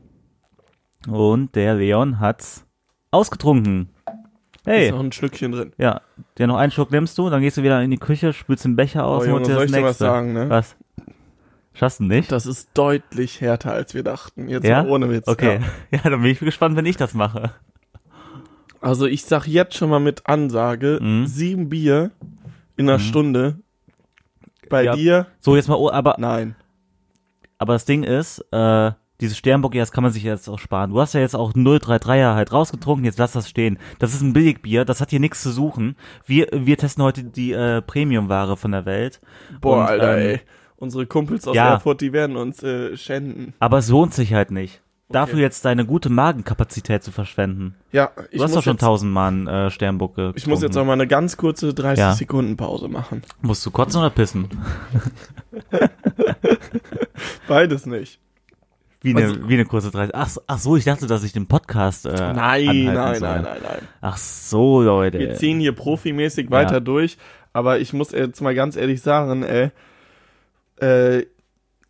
[SPEAKER 3] Und der Leon hat's ausgetrunken.
[SPEAKER 4] Ist
[SPEAKER 3] Hey,
[SPEAKER 4] noch ein Schlückchen drin.
[SPEAKER 3] ja, dir noch einen Schluck nimmst du, dann gehst du wieder in die Küche, spülst den Becher aus
[SPEAKER 4] Oh,
[SPEAKER 3] und
[SPEAKER 4] Junge,
[SPEAKER 3] holst dir
[SPEAKER 4] soll
[SPEAKER 3] das
[SPEAKER 4] ich dir
[SPEAKER 3] nächste.
[SPEAKER 4] was sagen, ne?
[SPEAKER 3] Was? Schaffst du nicht?
[SPEAKER 4] Das ist deutlich härter, als wir dachten. Jetzt
[SPEAKER 3] ja?
[SPEAKER 4] mal ohne Witz.
[SPEAKER 3] Okay.
[SPEAKER 4] Ja.
[SPEAKER 3] Ja. dann bin ich gespannt, wenn ich das mache.
[SPEAKER 4] Also ich sag jetzt schon mal mit Ansage,
[SPEAKER 3] Mhm.
[SPEAKER 4] sieben Bier in einer Stunde. Bei
[SPEAKER 3] Ja.
[SPEAKER 4] dir?
[SPEAKER 3] So, jetzt mal, oh, aber,
[SPEAKER 4] Nein.
[SPEAKER 3] aber das Ding ist, äh, diese Sternbock, ja, das kann man sich jetzt auch sparen. Du hast ja jetzt auch 033er halt rausgetrunken, jetzt lass das stehen. Das ist ein Billigbier, das hat hier nichts zu suchen. Wir, wir testen heute die äh, Premium-Ware von der Welt.
[SPEAKER 4] Boah,
[SPEAKER 3] Und,
[SPEAKER 4] Alter,
[SPEAKER 3] ähm,
[SPEAKER 4] ey. Unsere Kumpels aus
[SPEAKER 3] ja.
[SPEAKER 4] Erfurt, die werden uns äh, schänden.
[SPEAKER 3] Aber es lohnt sich halt nicht. Dafür jetzt deine gute Magenkapazität zu verschwenden.
[SPEAKER 4] Ja, ich
[SPEAKER 3] Du hast
[SPEAKER 4] muss
[SPEAKER 3] doch schon
[SPEAKER 4] jetzt,
[SPEAKER 3] tausendmal einen äh, Sternbock getrunken.
[SPEAKER 4] Ich muss jetzt noch mal eine ganz kurze 30
[SPEAKER 3] Ja.
[SPEAKER 4] Sekunden Pause machen.
[SPEAKER 3] Musst du kotzen oder pissen?
[SPEAKER 4] Beides nicht.
[SPEAKER 3] Wie eine,
[SPEAKER 4] Also-
[SPEAKER 3] wie eine kurze 30. Ach, so- ach so, ich dachte, dass ich den Podcast. Äh,
[SPEAKER 4] Nein,
[SPEAKER 3] anhalten
[SPEAKER 4] nein,
[SPEAKER 3] soll.
[SPEAKER 4] nein, nein, nein.
[SPEAKER 3] Ach so, Leute.
[SPEAKER 4] Wir ziehen hier profimäßig weiter
[SPEAKER 3] Ja.
[SPEAKER 4] durch, aber ich muss jetzt mal ganz ehrlich sagen, ey, äh,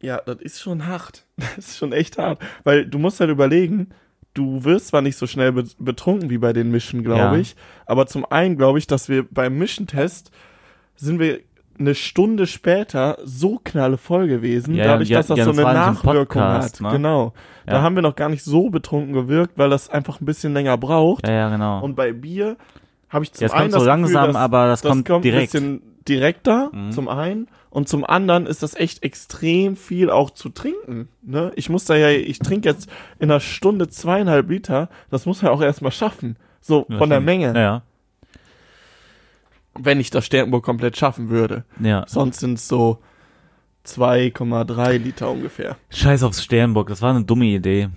[SPEAKER 4] ja, das ist schon hart. Das ist schon echt hart. Weil du musst halt überlegen, du wirst zwar nicht so schnell be betrunken wie bei den Mischen, glaube
[SPEAKER 3] Ja.
[SPEAKER 4] ich, aber zum einen glaube ich, dass wir beim Mischentest sind wir eine Stunde später so knallevoll gewesen,
[SPEAKER 3] Ja, ja,
[SPEAKER 4] dadurch,
[SPEAKER 3] ja,
[SPEAKER 4] dass das
[SPEAKER 3] ja,
[SPEAKER 4] so
[SPEAKER 3] das
[SPEAKER 4] eine
[SPEAKER 3] war in diesem
[SPEAKER 4] Nachwirkung
[SPEAKER 3] Podcast,
[SPEAKER 4] hat.
[SPEAKER 3] ne?
[SPEAKER 4] Genau. Da
[SPEAKER 3] Ja.
[SPEAKER 4] haben wir noch gar nicht so betrunken gewirkt, weil das einfach ein bisschen länger braucht.
[SPEAKER 3] Ja, ja, genau.
[SPEAKER 4] Und bei Bier habe ich zum
[SPEAKER 3] Ja, es
[SPEAKER 4] einen
[SPEAKER 3] kommt
[SPEAKER 4] das
[SPEAKER 3] so langsam,
[SPEAKER 4] Gefühl, dass,
[SPEAKER 3] aber das kommt direkt. Mhm.
[SPEAKER 4] ein bisschen direkter zum einen und zum anderen ist das echt extrem viel auch zu trinken. Ne? Ich muss da ja, ich trinke jetzt in einer Stunde zweieinhalb Liter. Das muss man auch erstmal schaffen. So
[SPEAKER 3] Ja,
[SPEAKER 4] von der
[SPEAKER 3] stimmt.
[SPEAKER 4] Menge,
[SPEAKER 3] Ja,
[SPEAKER 4] wenn ich das Sternburg komplett schaffen würde.
[SPEAKER 3] ja.
[SPEAKER 4] Sonst sind es so 2,3 Liter ungefähr.
[SPEAKER 3] Scheiß aufs Sternburg, das war eine dumme Idee.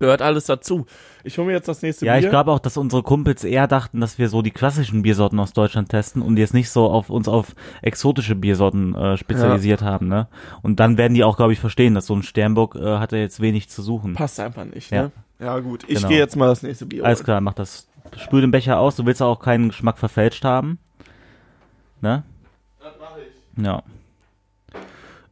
[SPEAKER 4] Gehört alles dazu. Ich hole mir jetzt das nächste
[SPEAKER 3] Ja,
[SPEAKER 4] Bier.
[SPEAKER 3] ich glaube auch, dass unsere Kumpels eher dachten, dass wir so die klassischen Biersorten aus Deutschland testen und jetzt nicht so auf uns auf exotische Biersorten äh, spezialisiert haben, ne? Und dann werden die auch, glaube ich, verstehen, dass so ein Sternburg äh, hat ja jetzt wenig zu suchen.
[SPEAKER 4] passt einfach nicht.
[SPEAKER 3] Ja.
[SPEAKER 4] Ne? ja gut. Ich
[SPEAKER 3] Genau.
[SPEAKER 4] gehe jetzt mal das nächste Bier.
[SPEAKER 3] Alles
[SPEAKER 4] holen.
[SPEAKER 3] klar, mach das. Spül den Becher aus, du willst ja auch keinen Geschmack verfälscht haben. Ne? Das mach ich. Ja.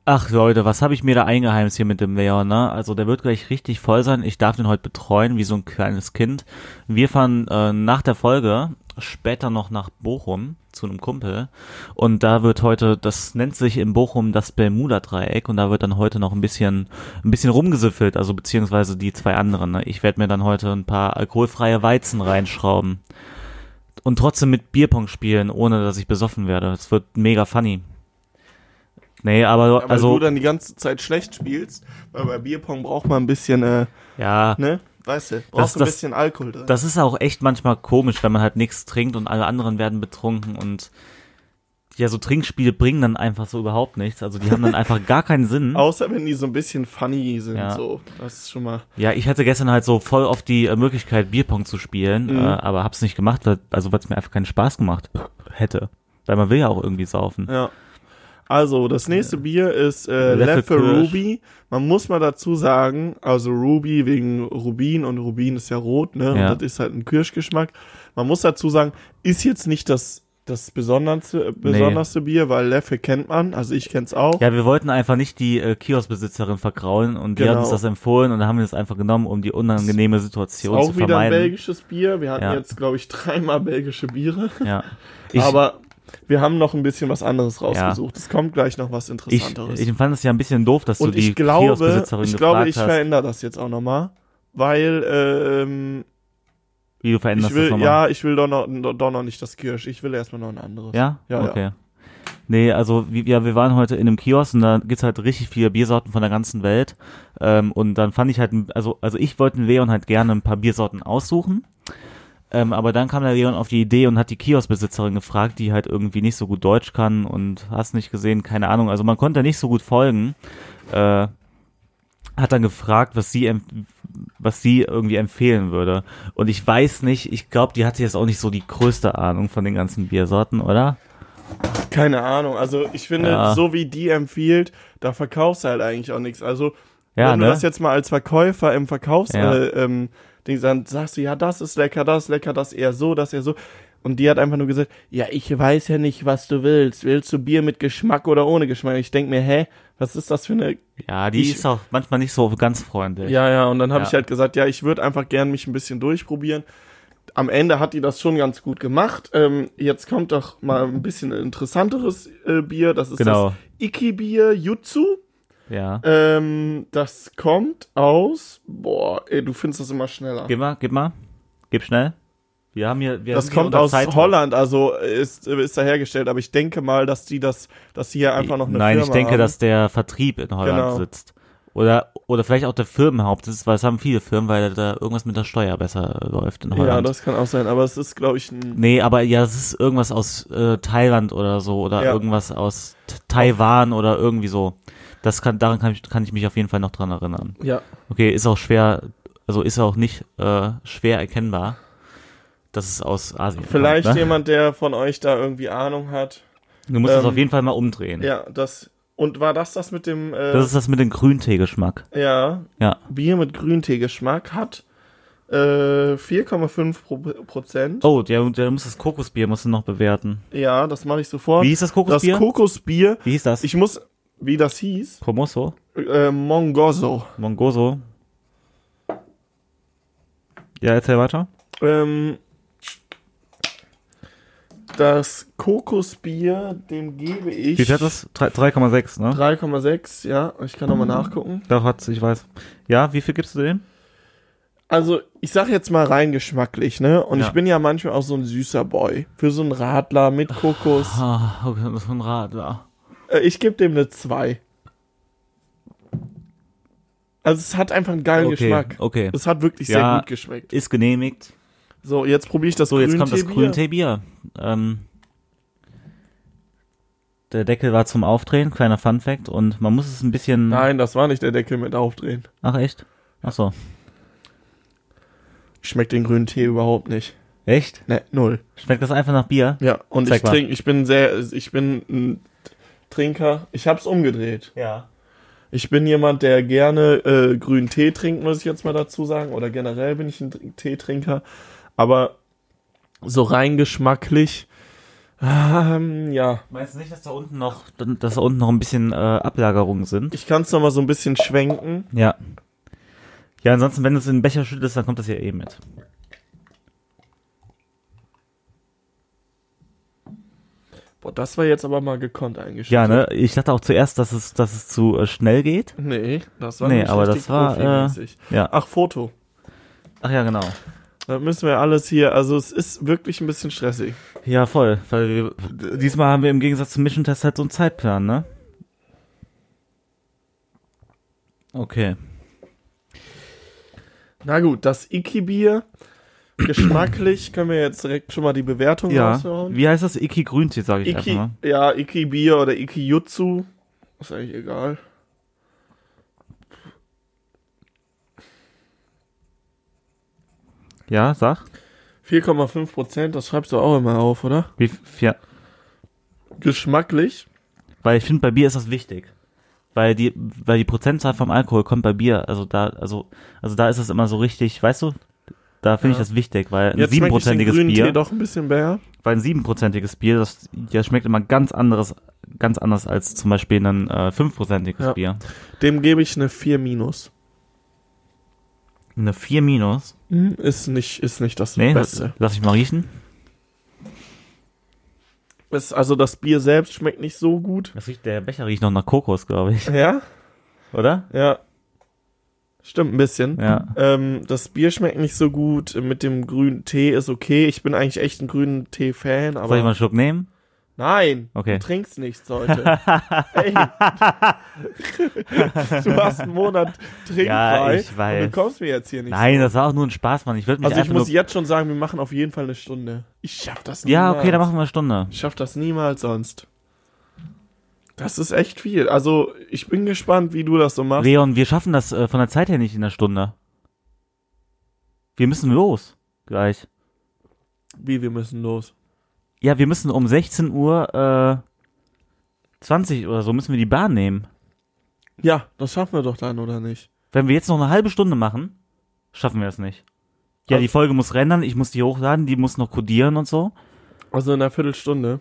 [SPEAKER 3] Ach Leute, was habe ich mir da eingeheimst hier mit dem Leon, ne? Also der wird gleich richtig voll sein. Ich darf den heute betreuen, wie so ein kleines Kind. Wir fahren äh, nach der Folge später noch nach Bochum zu einem Kumpel. Und da wird heute, das nennt sich in Bochum das Bermuda-Dreieck und da wird dann heute noch ein bisschen, ein bisschen rumgesüffelt, also beziehungsweise die zwei anderen. Ne? Ich werde mir dann heute ein paar alkoholfreie Weizen reinschrauben. Und trotzdem mit Bierpong spielen, ohne dass ich besoffen werde. Das wird mega funny. Nee, aber,
[SPEAKER 4] Aber
[SPEAKER 3] also,
[SPEAKER 4] du dann die ganze Zeit schlecht spielst, weil bei Bierpong braucht man ein bisschen, äh,
[SPEAKER 3] ja,
[SPEAKER 4] ne? Weißt du,
[SPEAKER 3] Das-
[SPEAKER 4] brauchst ein
[SPEAKER 3] das-
[SPEAKER 4] bisschen Alkohol drin.
[SPEAKER 3] das ist auch echt manchmal komisch, wenn man halt nichts trinkt und alle anderen werden betrunken und ja, so Trinkspiele bringen dann einfach so überhaupt nichts. Also die haben dann einfach gar keinen Sinn.
[SPEAKER 4] Außer wenn die so ein bisschen funny sind,
[SPEAKER 3] Ja.
[SPEAKER 4] so. Das ist schon mal.
[SPEAKER 3] Ja, ich hatte gestern halt so voll auf die äh, Möglichkeit, Bierpong zu spielen,
[SPEAKER 4] Mhm.
[SPEAKER 3] äh, aber hab's nicht gemacht, weil, also weil es mir einfach keinen Spaß gemacht hätte. Weil man will ja auch irgendwie saufen.
[SPEAKER 4] Ja. Also, das nächste Bier ist äh,
[SPEAKER 3] Leffe
[SPEAKER 4] Leffe
[SPEAKER 3] Kirsch.
[SPEAKER 4] Ruby. Man muss mal dazu sagen, also Ruby wegen Rubin und Rubin ist ja rot, ne?
[SPEAKER 3] Ja.
[SPEAKER 4] Und das ist halt ein Kirschgeschmack. Man muss dazu sagen, ist jetzt nicht das, das besonderste, äh, besonderste Bier, weil Leffe kennt man, also ich kenn's auch.
[SPEAKER 3] Ja, wir wollten einfach nicht die äh, Kioskbesitzerin vergraulen und die hat
[SPEAKER 4] Genau.
[SPEAKER 3] uns das empfohlen und dann haben wir das einfach genommen, um die unangenehme Situation zu
[SPEAKER 4] auch wieder ein
[SPEAKER 3] vermeiden.
[SPEAKER 4] belgisches Bier. Wir hatten
[SPEAKER 3] Ja.
[SPEAKER 4] jetzt, glaube ich, dreimal belgische Biere.
[SPEAKER 3] ja. ich,
[SPEAKER 4] aber wir haben noch ein bisschen was anderes rausgesucht.
[SPEAKER 3] rausgesucht.
[SPEAKER 4] Es kommt gleich noch was
[SPEAKER 3] ich,
[SPEAKER 4] Interessanteres.
[SPEAKER 3] ich fand es ja ein bisschen doof, dass
[SPEAKER 4] und
[SPEAKER 3] du die
[SPEAKER 4] ich glaube,
[SPEAKER 3] Kioskbesitzerin
[SPEAKER 4] ich
[SPEAKER 3] gefragt
[SPEAKER 4] glaube, ich
[SPEAKER 3] hast,
[SPEAKER 4] verändere das jetzt auch nochmal. Weil ähm,
[SPEAKER 3] wie du
[SPEAKER 4] ich
[SPEAKER 3] veränderst das
[SPEAKER 4] will,
[SPEAKER 3] nochmal.
[SPEAKER 4] ja, ich will doch noch, doch noch nicht das Kirsch. Ich will erstmal noch ein anderes.
[SPEAKER 3] Ja?
[SPEAKER 4] Ja,
[SPEAKER 3] okay. Nee, also wie, ja, wir waren heute in einem Kiosk und da gibt's halt richtig viele Biersorten von der ganzen Welt. Ähm, und dann fand ich halt, also, also ich wollte den Leon halt gerne ein paar Biersorten aussuchen. Ähm, aber dann kam der Leon auf die Idee und hat die Kioskbesitzerin gefragt, die halt irgendwie nicht so gut Deutsch kann und hast nicht gesehen, keine Ahnung. Also man konnte nicht so gut folgen. Äh, hat dann gefragt, was sie, em- was sie irgendwie empfehlen würde. Und ich weiß nicht, ich glaube, die hatte jetzt auch nicht so die größte Ahnung von den ganzen Biersorten, oder?
[SPEAKER 4] Keine Ahnung. Also ich finde,
[SPEAKER 3] Ja.
[SPEAKER 4] so wie die empfiehlt, da verkaufst du halt eigentlich auch nichts. Also
[SPEAKER 3] Ja,
[SPEAKER 4] wenn du
[SPEAKER 3] ne?
[SPEAKER 4] das jetzt mal als Verkäufer im Verkaufs
[SPEAKER 3] Ja.
[SPEAKER 4] äh, ähm, Ding dann sagst du, ja, das ist lecker, das ist lecker, das eher so, das eher so. Und die hat einfach nur gesagt, ja, ich weiß ja nicht, was du willst. Willst du Bier mit Geschmack oder ohne Geschmack? Ich denk mir, hä, was ist das für eine
[SPEAKER 3] Ja, die
[SPEAKER 4] Ich-
[SPEAKER 3] ist auch manchmal nicht so ganz freundlich.
[SPEAKER 4] Ja, ja, und dann habe
[SPEAKER 3] Ja.
[SPEAKER 4] ich halt gesagt, ja, ich würde einfach gern mich ein bisschen durchprobieren. Am Ende hat die das schon ganz gut gemacht. Ähm, jetzt kommt doch mal ein bisschen interessanteres äh, Bier. Das ist
[SPEAKER 3] Genau.
[SPEAKER 4] das Iki-Bier Jutsu.
[SPEAKER 3] ja.
[SPEAKER 4] Ähm, das kommt aus. Boah, ey, du findest das immer schneller.
[SPEAKER 3] Gib mal, gib mal. Gib schnell. Wir haben hier, wir
[SPEAKER 4] das
[SPEAKER 3] haben hier
[SPEAKER 4] kommt
[SPEAKER 3] unter
[SPEAKER 4] aus
[SPEAKER 3] Zeitdruck.
[SPEAKER 4] Holland, also äh, ist, äh, ist da hergestellt, aber ich denke mal, dass die das, dass die hier einfach noch eine
[SPEAKER 3] Nein,
[SPEAKER 4] Firma
[SPEAKER 3] ich denke,
[SPEAKER 4] haben.
[SPEAKER 3] dass der Vertrieb in Holland
[SPEAKER 4] Genau.
[SPEAKER 3] sitzt. Oder, oder vielleicht auch der Firmenhauptsitz, weil es haben viele Firmen, weil da irgendwas mit der Steuer besser läuft in
[SPEAKER 4] Ja,
[SPEAKER 3] Holland.
[SPEAKER 4] das kann auch sein, aber es ist, glaube ich, ein.
[SPEAKER 3] nee, aber ja, es ist irgendwas aus äh, Thailand oder so oder
[SPEAKER 4] Ja.
[SPEAKER 3] irgendwas aus T- Taiwan oder irgendwie so. Das kann, daran kann ich, kann ich mich auf jeden Fall noch dran erinnern.
[SPEAKER 4] Ja,
[SPEAKER 3] Okay, ist auch schwer, also ist auch nicht äh, schwer erkennbar, dass es aus Asien
[SPEAKER 4] vielleicht
[SPEAKER 3] kommt. Ne?
[SPEAKER 4] jemand, der von euch da irgendwie Ahnung hat.
[SPEAKER 3] Du musst es
[SPEAKER 4] ähm,
[SPEAKER 3] auf jeden Fall mal umdrehen.
[SPEAKER 4] Ja, das. Und war das das mit dem.
[SPEAKER 3] Hm.
[SPEAKER 4] Äh,
[SPEAKER 3] Das ist das mit dem Grüntee-Geschmack.
[SPEAKER 4] ja,
[SPEAKER 3] Ja.
[SPEAKER 4] Bier mit Grüntee-Geschmack hat äh, 4,5 Pro Prozent.
[SPEAKER 3] Oh, der, der muss das Kokosbier musst du noch bewerten.
[SPEAKER 4] Ja, das mache ich sofort.
[SPEAKER 3] Wie hieß das
[SPEAKER 4] das
[SPEAKER 3] Kokosbier?
[SPEAKER 4] Kokosbier.
[SPEAKER 3] Wie hieß das?
[SPEAKER 4] Ich muss. Wie das hieß?
[SPEAKER 3] Promoso?
[SPEAKER 4] Äh, Mongoso.
[SPEAKER 3] Mongoso? Ja, erzähl weiter.
[SPEAKER 4] Ähm, das Kokosbier, dem gebe ich.
[SPEAKER 3] Wie viel hat das? Drei- 3,6, ne?
[SPEAKER 4] 3,6, ja. Ich kann nochmal nachgucken.
[SPEAKER 3] Da hat's, ich weiß. Ja, wie viel gibst du dem?
[SPEAKER 4] Also, ich sag jetzt mal rein geschmacklich, ne? Und
[SPEAKER 3] Ja.
[SPEAKER 4] ich bin ja manchmal auch so ein süßer Boy. Für so einen Radler mit Kokos.
[SPEAKER 3] Ah, okay, das ist ein Radler.
[SPEAKER 4] Äh, Ich gebe dem eine 2. Also, es hat einfach einen geilen
[SPEAKER 3] Okay,
[SPEAKER 4] Geschmack.
[SPEAKER 3] okay.
[SPEAKER 4] Es hat wirklich sehr
[SPEAKER 3] Ja.
[SPEAKER 4] gut geschmeckt.
[SPEAKER 3] Ist genehmigt.
[SPEAKER 4] So, jetzt probiere ich das
[SPEAKER 3] So, jetzt kommt das
[SPEAKER 4] Grünteebier.
[SPEAKER 3] Grünteebier. Ähm, der Deckel war zum Aufdrehen, kleiner Funfact. Und man muss es ein bisschen...
[SPEAKER 4] Nein, das war nicht der Deckel mit aufdrehen.
[SPEAKER 3] Ach, echt? Ach so.
[SPEAKER 4] Schmeckt den grünen Tee überhaupt nicht.
[SPEAKER 3] Echt?
[SPEAKER 4] Ne, null.
[SPEAKER 3] Schmeckt das einfach nach Bier?
[SPEAKER 4] Ja, und
[SPEAKER 3] Zeig
[SPEAKER 4] ich
[SPEAKER 3] mal.
[SPEAKER 4] trinke, ich bin sehr, ich bin ein Trinker. Ich hab's umgedreht.
[SPEAKER 3] Ja.
[SPEAKER 4] Ich bin jemand, der gerne äh, grünen Tee trinkt, muss ich jetzt mal dazu sagen. Oder generell bin ich ein Tr- Teetrinker. Aber so rein geschmacklich, ähm, ja.
[SPEAKER 3] Meinst du nicht, dass da unten noch, dass da unten noch ein bisschen äh, Ablagerungen sind?
[SPEAKER 4] Ich kann es nochmal so ein bisschen schwenken.
[SPEAKER 3] Ja. Ja, ansonsten, wenn du es in den Becher schüttest, dann kommt das ja eh mit.
[SPEAKER 4] Boah, das war jetzt aber mal gekonnt eingeschätzt.
[SPEAKER 3] Ja, ne? Ich dachte auch zuerst, dass es, dass es zu äh, schnell geht.
[SPEAKER 4] Nee, das war
[SPEAKER 3] Nee,
[SPEAKER 4] nicht
[SPEAKER 3] aber
[SPEAKER 4] richtig
[SPEAKER 3] das war, äh,
[SPEAKER 4] profimäßig.
[SPEAKER 3] Ja. Ach,
[SPEAKER 4] Ach, Foto.
[SPEAKER 3] ja, genau.
[SPEAKER 4] Da müssen wir alles hier, also es ist wirklich ein bisschen stressig.
[SPEAKER 3] Ja, voll. Weil wir, diesmal haben wir im Gegensatz zum Mission Test halt so einen Zeitplan, ne? Okay.
[SPEAKER 4] Na gut, das Iki-Bier, geschmacklich können wir jetzt direkt schon mal die Bewertung
[SPEAKER 3] Ja.
[SPEAKER 4] raushauen.
[SPEAKER 3] Wie heißt das? Iki Grüntee, sage ich
[SPEAKER 4] Iki,
[SPEAKER 3] einfach mal.
[SPEAKER 4] ja, Iki Bier oder Iki Jutsu. Ist eigentlich egal.
[SPEAKER 3] Ja, sag.
[SPEAKER 4] 4,5 Prozent, das schreibst du auch immer auf, oder?
[SPEAKER 3] Wie, f- ja.
[SPEAKER 4] Geschmacklich.
[SPEAKER 3] Weil ich finde, bei Bier ist das wichtig. Weil die, weil die Prozentzahl vom Alkohol kommt bei Bier, also da, also, also da ist es immer so richtig, weißt du? Da finde
[SPEAKER 4] Ja.
[SPEAKER 3] ich das wichtig, weil ein
[SPEAKER 4] Jetzt schmecke ich den
[SPEAKER 3] siebenprozentiges
[SPEAKER 4] grünen Tee
[SPEAKER 3] Bier,
[SPEAKER 4] doch ein bisschen besser.
[SPEAKER 3] weil ein siebenprozentiges Bier, das, das schmeckt immer ganz anderes, ganz anders als zum Beispiel ein äh, fünfprozentiges
[SPEAKER 4] Ja.
[SPEAKER 3] Bier.
[SPEAKER 4] Dem gebe ich eine 4 minus.
[SPEAKER 3] Eine 4 minus.
[SPEAKER 4] Hm, Ist nicht, ist nicht das
[SPEAKER 3] Mhm. Nee, lass,
[SPEAKER 4] Beste.
[SPEAKER 3] lass ich mal riechen.
[SPEAKER 4] Ist, also das Bier selbst schmeckt nicht so gut.
[SPEAKER 3] Das riecht, der Becher riecht noch nach Kokos, glaube ich.
[SPEAKER 4] Ja?
[SPEAKER 3] Oder?
[SPEAKER 4] Ja. Stimmt ein bisschen.
[SPEAKER 3] Ja.
[SPEAKER 4] Ähm, das Bier schmeckt nicht so gut. Mit dem grünen Tee ist okay. Ich bin eigentlich echt ein grünen Tee-Fan,
[SPEAKER 3] Soll ich mal
[SPEAKER 4] aber.
[SPEAKER 3] einen Schluck nehmen?
[SPEAKER 4] Nein!
[SPEAKER 3] Okay.
[SPEAKER 4] Du trinkst nichts heute. Ey. du hast einen Monat
[SPEAKER 3] Ja,
[SPEAKER 4] trinkfrei.
[SPEAKER 3] ich weiß.
[SPEAKER 4] Und du kommst mir jetzt hier nicht.
[SPEAKER 3] Nein, das war auch nur ein Spaß, Mann. Ich würde mich
[SPEAKER 4] Also ich
[SPEAKER 3] einfach nur.
[SPEAKER 4] muss jetzt schon sagen, wir machen auf jeden Fall eine Stunde. Ich schaff das
[SPEAKER 3] ja,
[SPEAKER 4] niemals.
[SPEAKER 3] okay, dann machen wir eine Stunde.
[SPEAKER 4] Ich schaff das niemals sonst. Das ist echt viel. Also ich bin gespannt, wie du das so machst.
[SPEAKER 3] Leon, wir schaffen das äh, von der Zeit her nicht in der Stunde. Wir müssen los gleich.
[SPEAKER 4] Wie wir müssen los.
[SPEAKER 3] Ja, wir müssen um 16 Uhr äh, 20 oder so müssen wir die Bahn nehmen.
[SPEAKER 4] Ja, das schaffen wir doch dann, oder nicht?
[SPEAKER 3] Wenn wir jetzt noch eine halbe Stunde machen, schaffen wir es nicht. Ja,
[SPEAKER 4] Also-
[SPEAKER 3] die Folge muss rendern, ich muss die hochladen, die muss noch codieren und so.
[SPEAKER 4] Also in einer Viertelstunde.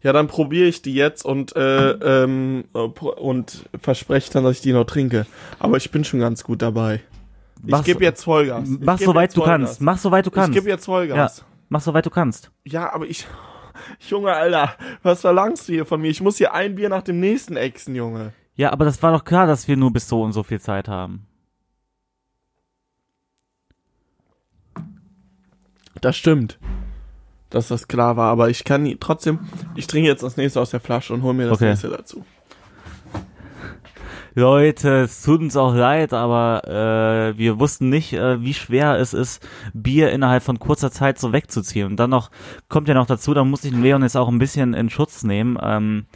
[SPEAKER 4] Ja, dann probiere ich die jetzt und, äh, ähm, äh, pro- und verspreche dann, dass ich die noch trinke. Aber ich bin schon ganz gut dabei.
[SPEAKER 3] Mach's-
[SPEAKER 4] ich gebe jetzt Vollgas. Ich
[SPEAKER 3] Mach
[SPEAKER 4] geb
[SPEAKER 3] soweit
[SPEAKER 4] jetzt
[SPEAKER 3] du
[SPEAKER 4] Vollgas.
[SPEAKER 3] kannst. Mach soweit du
[SPEAKER 4] Ich
[SPEAKER 3] kannst.
[SPEAKER 4] gebe
[SPEAKER 3] ja,
[SPEAKER 4] jetzt Vollgas.
[SPEAKER 3] mach soweit du kannst.
[SPEAKER 4] Ja. aber ich. Junge, Alter, was verlangst du hier von mir? Ich muss hier ein Bier nach dem nächsten exen, Junge.
[SPEAKER 3] Ja, aber das war doch klar, dass wir nur bis so und so viel Zeit haben.
[SPEAKER 4] Das stimmt. Dass das klar war, aber ich kann trotzdem. Ich trinke jetzt das nächste aus der Flasche und hol mir das
[SPEAKER 3] Okay.
[SPEAKER 4] nächste dazu.
[SPEAKER 3] Leute, es tut uns auch leid, aber äh, wir wussten nicht, äh, wie schwer es ist, Bier innerhalb von kurzer Zeit so wegzuziehen. Und dann noch, kommt ja noch dazu, da muss ich den Leon jetzt auch ein bisschen in Schutz nehmen, ähm,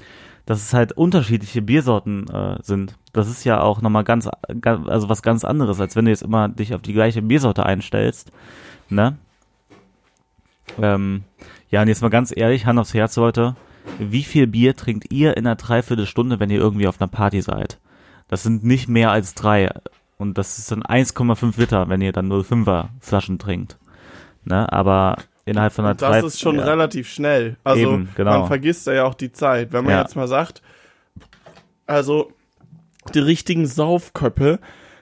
[SPEAKER 3] dass es halt unterschiedliche Biersorten äh, sind. Das ist ja auch nochmal ganz, ganz, also was ganz anderes, als wenn du jetzt immer dich auf die gleiche Biersorte einstellst. Ne? Ähm, ja, und jetzt mal ganz ehrlich, Hand aufs Herz, Leute. Wie viel Bier trinkt ihr in einer Dreiviertelstunde, wenn ihr irgendwie auf einer Party seid? Das sind nicht mehr als drei. Und das ist dann 1,5 Liter, wenn ihr dann 0,5er Flaschen trinkt. Ne? Aber innerhalb von einer
[SPEAKER 4] Und das ist schon
[SPEAKER 3] ja.
[SPEAKER 4] relativ schnell. Also
[SPEAKER 3] Eben, genau.
[SPEAKER 4] man vergisst da ja auch die Zeit. Wenn man
[SPEAKER 3] Ja.
[SPEAKER 4] jetzt mal sagt, also die richtigen Saufköppe,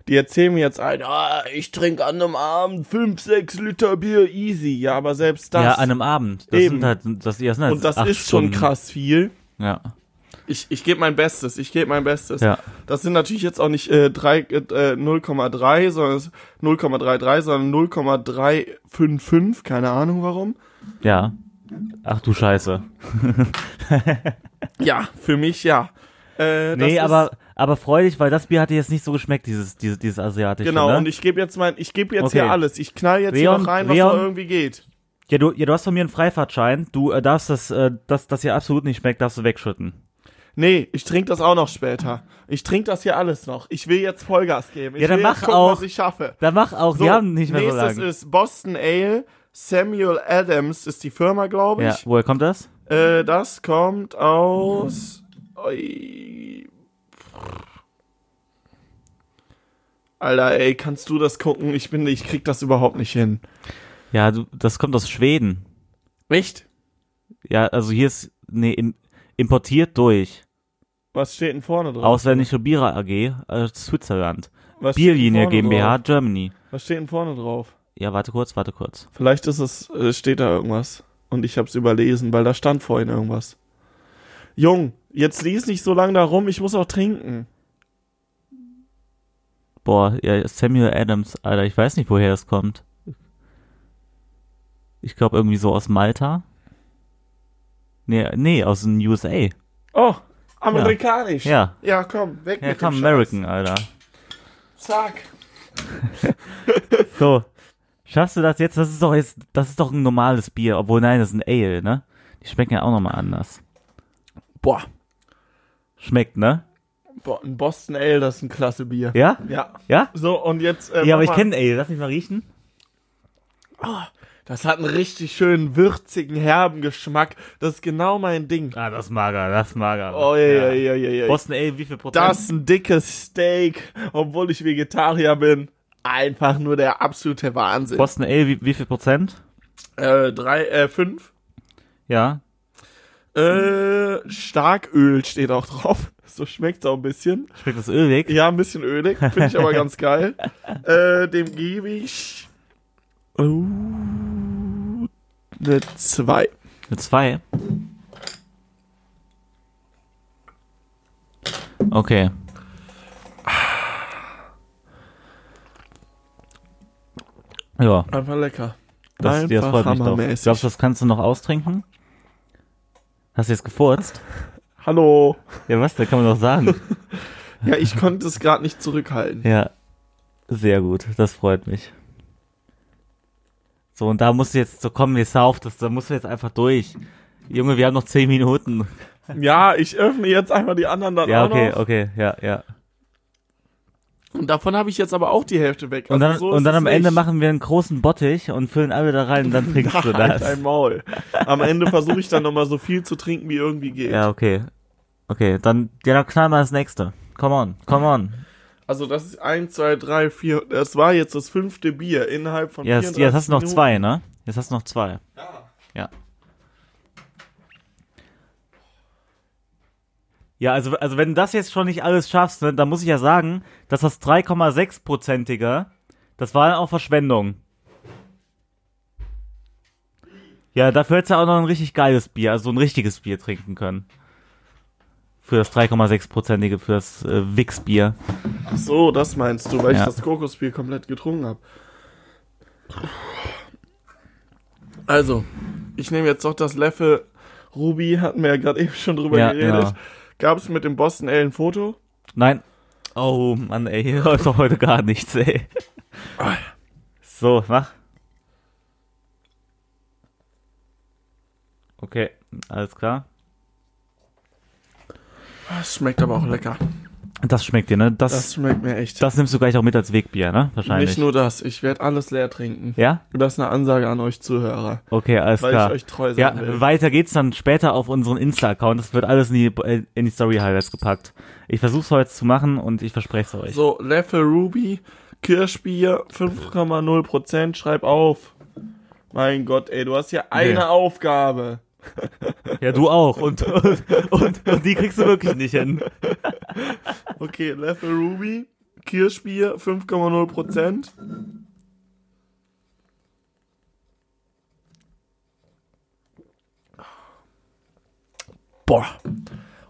[SPEAKER 4] die erzählen mir jetzt ein, ah, ich trinke an einem Abend 5, 6 Liter Bier easy. Ja, aber selbst das.
[SPEAKER 3] Ja, an einem Abend. Das
[SPEAKER 4] Eben.
[SPEAKER 3] sind halt, das, das sind halt
[SPEAKER 4] und das
[SPEAKER 3] acht
[SPEAKER 4] ist schon
[SPEAKER 3] Stunden.
[SPEAKER 4] krass viel.
[SPEAKER 3] Ja,
[SPEAKER 4] Ich, ich gebe mein Bestes, ich gebe mein Bestes.
[SPEAKER 3] ja.
[SPEAKER 4] Das sind natürlich jetzt auch nicht äh, drei, äh, 0,3, sondern es- 0,33, sondern 0,355, keine Ahnung warum.
[SPEAKER 3] Ja. Ach du Scheiße.
[SPEAKER 4] Ja, für mich ja. Äh, das
[SPEAKER 3] Nee,
[SPEAKER 4] ist-
[SPEAKER 3] aber, aber freu dich, weil das Bier hatte jetzt nicht so geschmeckt, dieses, dieses, dieses asiatische.
[SPEAKER 4] Genau,
[SPEAKER 3] ne?
[SPEAKER 4] und ich gebe jetzt mein, ich gebe jetzt
[SPEAKER 3] Okay.
[SPEAKER 4] hier alles. Ich knall jetzt hier
[SPEAKER 3] Leon,
[SPEAKER 4] noch rein, was
[SPEAKER 3] Leon.
[SPEAKER 4] noch irgendwie geht.
[SPEAKER 3] ja, du, ja, du hast von mir einen Freifahrtschein. Du äh, darfst das, äh, das, das hier absolut nicht schmeckt, darfst du wegschütten.
[SPEAKER 4] Nee, ich trinke das auch noch später. Ich trinke das hier alles noch. Ich will jetzt Vollgas geben. Ich
[SPEAKER 3] Ja, dann
[SPEAKER 4] will
[SPEAKER 3] mach
[SPEAKER 4] jetzt gucken,
[SPEAKER 3] auch.
[SPEAKER 4] was ich schaffe.
[SPEAKER 3] Da mach auch, wir haben nicht mehr so
[SPEAKER 4] nächstes
[SPEAKER 3] lange.
[SPEAKER 4] ist Boston Ale. Samuel Adams ist die Firma, glaube
[SPEAKER 3] ja,
[SPEAKER 4] ich.
[SPEAKER 3] woher kommt das?
[SPEAKER 4] Äh, das kommt aus. Oi. Alter, ey, kannst du das gucken? Ich bin, ich krieg das überhaupt nicht hin.
[SPEAKER 3] Ja, du, das kommt aus Schweden.
[SPEAKER 4] Echt?
[SPEAKER 3] Ja, also hier ist, nee, im, importiert durch
[SPEAKER 4] Was steht denn vorne drauf?
[SPEAKER 3] Ausländische Bierer AG, äh, Switzerland.
[SPEAKER 4] Was steht denn
[SPEAKER 3] Bierlinie
[SPEAKER 4] vorne
[SPEAKER 3] GmbH,
[SPEAKER 4] Drauf?
[SPEAKER 3] Germany.
[SPEAKER 4] Was steht denn vorne drauf?
[SPEAKER 3] Ja, warte kurz, warte kurz.
[SPEAKER 4] Vielleicht ist es, äh, steht da irgendwas. Und ich hab's überlesen, weil da stand vorhin irgendwas. Jung, jetzt lies nicht so lange da rum, ich muss auch trinken.
[SPEAKER 3] Boah, ja, Samuel Adams, Alter, ich weiß nicht, woher das kommt. Ich glaube irgendwie so aus Malta. Nee, nee, aus den USA.
[SPEAKER 4] Oh, amerikanisch.
[SPEAKER 3] Ja.
[SPEAKER 4] Ja, komm, weg
[SPEAKER 3] Ja,
[SPEAKER 4] mit
[SPEAKER 3] komm,
[SPEAKER 4] dem
[SPEAKER 3] American, Alter.
[SPEAKER 4] Scheiß. Zack.
[SPEAKER 3] So. Schaffst du das jetzt? Das ist doch jetzt, das ist doch ein normales Bier, obwohl nein, das ist ein Ale, ne? Die schmecken ja auch nochmal anders.
[SPEAKER 4] Boah,
[SPEAKER 3] Schmeckt, ne?
[SPEAKER 4] boah, ein Boston Ale, das ist ein klasse Bier.
[SPEAKER 3] Ja?
[SPEAKER 4] Ja.
[SPEAKER 3] Ja?
[SPEAKER 4] So, und jetzt. Äh,
[SPEAKER 3] Ja, aber
[SPEAKER 4] mach
[SPEAKER 3] ich
[SPEAKER 4] mal-
[SPEAKER 3] kenne Ale, lass mich mal riechen.
[SPEAKER 4] Das hat einen richtig schönen, würzigen, herben Geschmack. Das ist genau mein Ding.
[SPEAKER 3] Ah, das mag er, das mag er.
[SPEAKER 4] Oh, ja, ja, ja, ja.
[SPEAKER 3] Boston Ale, wie viel Prozent?
[SPEAKER 4] Das ist ein dickes Steak, obwohl ich Vegetarier bin. Einfach nur der absolute Wahnsinn.
[SPEAKER 3] Boston Ale, wie, wie viel Prozent?
[SPEAKER 4] Äh, drei, äh, fünf.
[SPEAKER 3] Ja.
[SPEAKER 4] Äh, Starköl steht auch drauf. So schmeckt's auch ein bisschen.
[SPEAKER 3] Schmeckt das ölig?
[SPEAKER 4] Ja, ein bisschen ölig. Finde ich aber ganz geil. Äh, dem gebe ich. Uh, eine zwei.
[SPEAKER 3] Eine 2. Okay. Ja,
[SPEAKER 4] Einfach lecker.
[SPEAKER 3] das, das freut mich doch.
[SPEAKER 4] hammermäßig.
[SPEAKER 3] Glaubst du, das kannst du noch austrinken? Hast du jetzt gefurzt?
[SPEAKER 4] Hallo.
[SPEAKER 3] Ja, was, da kann man doch sagen.
[SPEAKER 4] Ja, ich konnte es gerade nicht zurückhalten.
[SPEAKER 3] ja, sehr gut, das freut mich. So, und da musst du jetzt, so komm, jetzt auf, das, da musst du jetzt einfach durch. Junge, wir haben noch 10 Minuten.
[SPEAKER 4] Ja, ich öffne jetzt einfach die anderen dann
[SPEAKER 3] Ja,
[SPEAKER 4] auch
[SPEAKER 3] okay,
[SPEAKER 4] noch.
[SPEAKER 3] okay, ja, ja.
[SPEAKER 4] Und davon habe ich jetzt aber auch die Hälfte weg.
[SPEAKER 3] Und dann,
[SPEAKER 4] also so
[SPEAKER 3] und
[SPEAKER 4] ist
[SPEAKER 3] dann
[SPEAKER 4] es
[SPEAKER 3] am Ende
[SPEAKER 4] nicht.
[SPEAKER 3] machen wir einen großen Bottich und füllen alle da rein und dann trinkst du
[SPEAKER 4] Halt
[SPEAKER 3] das.
[SPEAKER 4] dein Maul. Am Ende versuche ich dann nochmal so viel zu trinken, wie irgendwie geht.
[SPEAKER 3] Ja, okay. Okay, dann, ja, dann knall mal das nächste. Come on, come on.
[SPEAKER 4] Also das ist 1, 2, 3, 4. Das war jetzt das fünfte Bier innerhalb von
[SPEAKER 3] Jetzt, jetzt hast du noch
[SPEAKER 4] Minuten.
[SPEAKER 3] zwei, ne? Jetzt hast du noch zwei. Ja. Ja, also, also wenn du das jetzt schon nicht alles schaffst, ne, dann muss ich ja sagen, dass das 3,6-prozentige, das war auch Verschwendung. Ja, dafür hättest du auch noch ein richtig geiles Bier, also so ein richtiges Bier trinken können. Für das 3,6-prozentige, für das äh, Wix-Bier.
[SPEAKER 4] Ach so, das meinst du, weil
[SPEAKER 3] Ja.
[SPEAKER 4] ich das Kokosbier komplett getrunken habe. Also, ich nehme jetzt doch das Leffe Ruby, hatten wir ja gerade eben schon drüber
[SPEAKER 3] Ja, genau.
[SPEAKER 4] geredet.
[SPEAKER 3] ja.
[SPEAKER 4] Gab es mit dem Boston Ale ein Foto?
[SPEAKER 3] Nein. Oh Mann, ey, hier läuft doch heute gar nichts, ey. So, mach. Okay, alles klar.
[SPEAKER 4] Das schmeckt aber auch lecker.
[SPEAKER 3] Das schmeckt dir, ne? Das,
[SPEAKER 4] Das
[SPEAKER 3] das,
[SPEAKER 4] schmeckt mir echt.
[SPEAKER 3] nimmst du gleich auch mit als Wegbier, ne? Wahrscheinlich.
[SPEAKER 4] Nicht nur das, ich werde alles leer trinken.
[SPEAKER 3] ja?
[SPEAKER 4] Das ist eine Ansage an euch Zuhörer,
[SPEAKER 3] Okay, alles
[SPEAKER 4] weil
[SPEAKER 3] klar.
[SPEAKER 4] ich euch treu sein
[SPEAKER 3] ja,
[SPEAKER 4] will.
[SPEAKER 3] weiter geht's dann später auf unseren Insta-Account. Das wird alles in die, in die Story-Highlights gepackt. Ich versuch's heute zu machen und ich verspreche es euch.
[SPEAKER 4] So, Leffe Ruby, Kirschbier, 5,0%, schreib auf. Mein Gott, ey, du hast ja eine
[SPEAKER 3] Nee.
[SPEAKER 4] Aufgabe.
[SPEAKER 3] Ja, du auch. Und, und, und, und die kriegst du wirklich nicht hin.
[SPEAKER 4] Okay, Leffe Ruby, Kirschbier, 5,0%. Boah.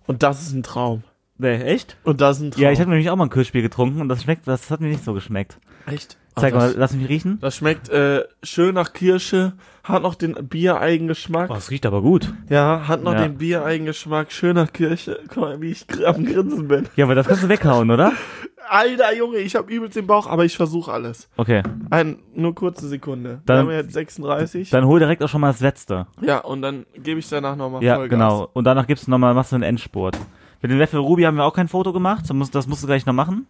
[SPEAKER 4] Und das ist ein Traum.
[SPEAKER 3] Nee, echt?
[SPEAKER 4] Und das ist ein Traum.
[SPEAKER 3] Ja, ich habe nämlich auch mal ein Kirschbier getrunken und das schmeckt, das hat mir nicht so geschmeckt.
[SPEAKER 4] Echt?
[SPEAKER 3] Zeig
[SPEAKER 4] Ah,
[SPEAKER 3] mal,
[SPEAKER 4] das,
[SPEAKER 3] lass mich riechen.
[SPEAKER 4] das schmeckt äh, schön nach Kirsche, hat noch den Biereigengeschmack.
[SPEAKER 3] es Oh, riecht aber gut.
[SPEAKER 4] Ja, hat noch
[SPEAKER 3] Ja.
[SPEAKER 4] den Biereigengeschmack, schön nach Kirsche. Guck mal, wie ich gr- am Grinsen bin.
[SPEAKER 3] Ja, aber das kannst du weghauen, oder?
[SPEAKER 4] Alter Junge, ich habe übelst den Bauch, aber ich versuche alles.
[SPEAKER 3] Okay,
[SPEAKER 4] Ein, nur kurze Sekunde.
[SPEAKER 3] Dann-
[SPEAKER 4] Dann, wir haben jetzt 36.
[SPEAKER 3] dann hol direkt auch schon mal das letzte.
[SPEAKER 4] ja, und dann gebe ich danach nochmal
[SPEAKER 3] ja,
[SPEAKER 4] Vollgas.
[SPEAKER 3] genau. Und danach gibst du nochmal, machst du einen Endspurt. Mit dem Löffel Ruby haben wir auch kein Foto gemacht. Das musst, das musst du gleich noch machen.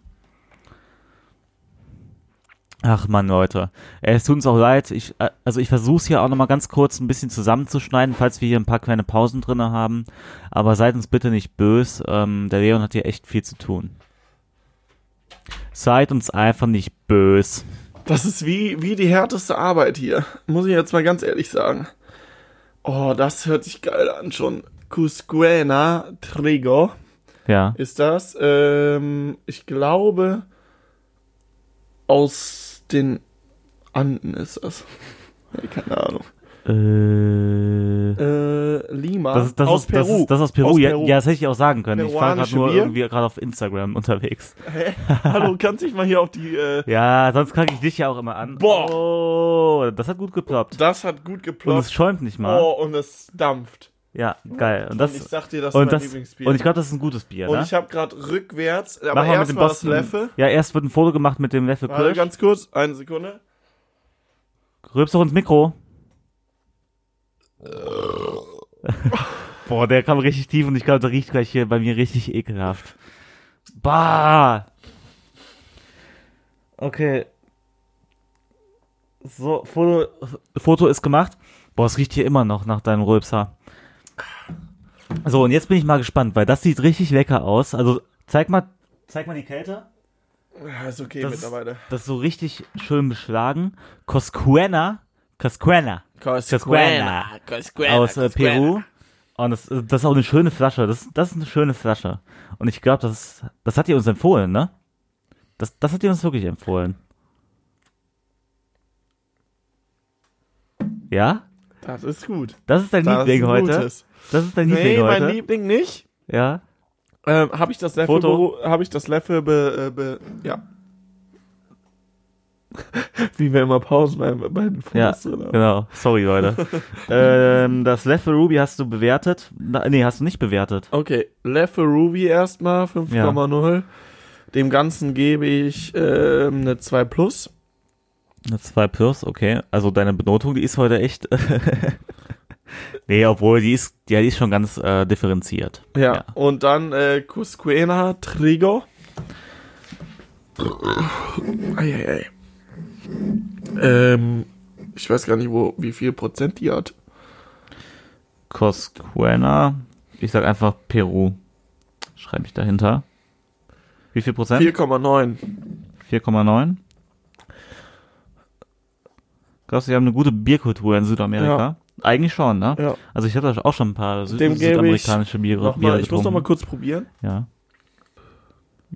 [SPEAKER 3] Ach man, Leute. Äh, Es tut uns auch leid. Ich, äh, also ich versuche es hier auch nochmal ganz kurz ein bisschen zusammenzuschneiden, falls wir hier ein paar kleine Pausen drin haben. Aber seid uns bitte nicht böse. Ähm, der Leon hat hier echt viel zu tun. Seid uns einfach nicht böse.
[SPEAKER 4] Das ist wie, wie die härteste Arbeit hier. Muss ich jetzt mal ganz ehrlich sagen. Oh, das hört sich geil an schon. Cusquena Trigo
[SPEAKER 3] Ja.
[SPEAKER 4] ist das. Ähm, ich glaube, aus den Anden ist das. Ey, Keine Ahnung.
[SPEAKER 3] Äh,
[SPEAKER 4] Äh, Lima.
[SPEAKER 3] das, ist- das,
[SPEAKER 4] aus
[SPEAKER 3] ist,
[SPEAKER 4] Peru.
[SPEAKER 3] Das, ist, das ist aus Peru. Ja, ja, das hätte ich auch sagen können. Ich war gerade
[SPEAKER 4] Peruanische
[SPEAKER 3] nur
[SPEAKER 4] Bier?
[SPEAKER 3] irgendwie gerade auf Instagram unterwegs.
[SPEAKER 4] Hä? Hallo, kannst du dich mal hier auf die. Äh,
[SPEAKER 3] Ja, sonst kacke ich dich ja auch immer an.
[SPEAKER 4] Boah.
[SPEAKER 3] Oh, das hat gut geploppt.
[SPEAKER 4] das hat gut
[SPEAKER 3] Und
[SPEAKER 4] geploppt.
[SPEAKER 3] es schäumt nicht mal.
[SPEAKER 4] Oh, und es dampft.
[SPEAKER 3] Ja, geil. Und
[SPEAKER 4] und ich
[SPEAKER 3] das
[SPEAKER 4] sag dir, das ist
[SPEAKER 3] und
[SPEAKER 4] mein
[SPEAKER 3] das
[SPEAKER 4] Lieblingsbier.
[SPEAKER 3] und ich glaube, das ist ein gutes Bier,
[SPEAKER 4] Und
[SPEAKER 3] ne?
[SPEAKER 4] ich habe gerade rückwärts,
[SPEAKER 3] Mach
[SPEAKER 4] aber
[SPEAKER 3] mal mit
[SPEAKER 4] erst
[SPEAKER 3] dem
[SPEAKER 4] mal das
[SPEAKER 3] Boston-
[SPEAKER 4] Leffe.
[SPEAKER 3] Ja, erst wird ein Foto gemacht mit dem Leffe
[SPEAKER 4] Warte,
[SPEAKER 3] Kirsch.
[SPEAKER 4] ganz kurz, eine Sekunde.
[SPEAKER 3] Rülpst doch ins Mikro. Äh. Boah, der kam richtig tief und ich glaube, der riecht gleich hier bei mir richtig ekelhaft. Bah! Okay. So, Foto, Foto ist gemacht. Boah, es riecht hier immer noch nach deinem Rülpser. So, und jetzt bin ich mal gespannt, weil das sieht richtig lecker aus. Also, zeig mal, zeig mal die Kälte.
[SPEAKER 4] Ja, Ah, ist okay
[SPEAKER 3] Das ist-
[SPEAKER 4] mittlerweile.
[SPEAKER 3] Das ist so richtig schön beschlagen. Cosquena. Cosquena. Casquena. aus äh, Peru. Und das, äh, das ist auch eine schöne Flasche. Das, das ist eine schöne Flasche. Und ich glaube, das, das hat ihr uns empfohlen, ne? Das, das hat ihr uns wirklich empfohlen. Ja?
[SPEAKER 4] Das ist gut.
[SPEAKER 3] Das ist dein
[SPEAKER 4] Das
[SPEAKER 3] Liebling
[SPEAKER 4] ist ein
[SPEAKER 3] heute.
[SPEAKER 4] gutes.
[SPEAKER 3] Das ist dein Liebling
[SPEAKER 4] Nee,
[SPEAKER 3] heute.
[SPEAKER 4] mein Liebling nicht.
[SPEAKER 3] ja.
[SPEAKER 4] Ähm, habe ich das Leffe,
[SPEAKER 3] Foto.
[SPEAKER 4] beru- hab ich das Leffe be, äh, be ja. Wie wir immer Pausen bei, bei den Fotos
[SPEAKER 3] Ja,
[SPEAKER 4] drin haben.
[SPEAKER 3] genau. Sorry, Leute. ähm, das Leffe Ruby hast du bewertet? Na, nee, hast du nicht bewertet.
[SPEAKER 4] Okay, Leffe Ruby erstmal, 5,0. Dem Ganzen gebe ich ähm, eine 2 plus.
[SPEAKER 3] Eine Zwei Pürs, okay. Also deine Benotung, die ist heute echt. nee, obwohl, die ist, ja, die ist schon ganz äh, differenziert.
[SPEAKER 4] Ja,
[SPEAKER 3] Ja.
[SPEAKER 4] und dann äh, Cusquena Trigo. Eieiei. Ähm, ich weiß gar nicht, wo, wie viel Prozent die hat.
[SPEAKER 3] Cosquena, ich sag einfach Peru. Schreibe ich dahinter. Wie viel Prozent?
[SPEAKER 4] 4,9.
[SPEAKER 3] 4,9. Glaubst du, wir haben eine gute Bierkultur in Südamerika? Eigentlich schon, ne?
[SPEAKER 4] Ja.
[SPEAKER 3] Also ich habe da auch schon ein paar Süd
[SPEAKER 4] Dem gebe ich
[SPEAKER 3] südamerikanische Biere,
[SPEAKER 4] Noch
[SPEAKER 3] Biere
[SPEAKER 4] mal, ich muss noch mal kurz probieren.
[SPEAKER 3] Ja.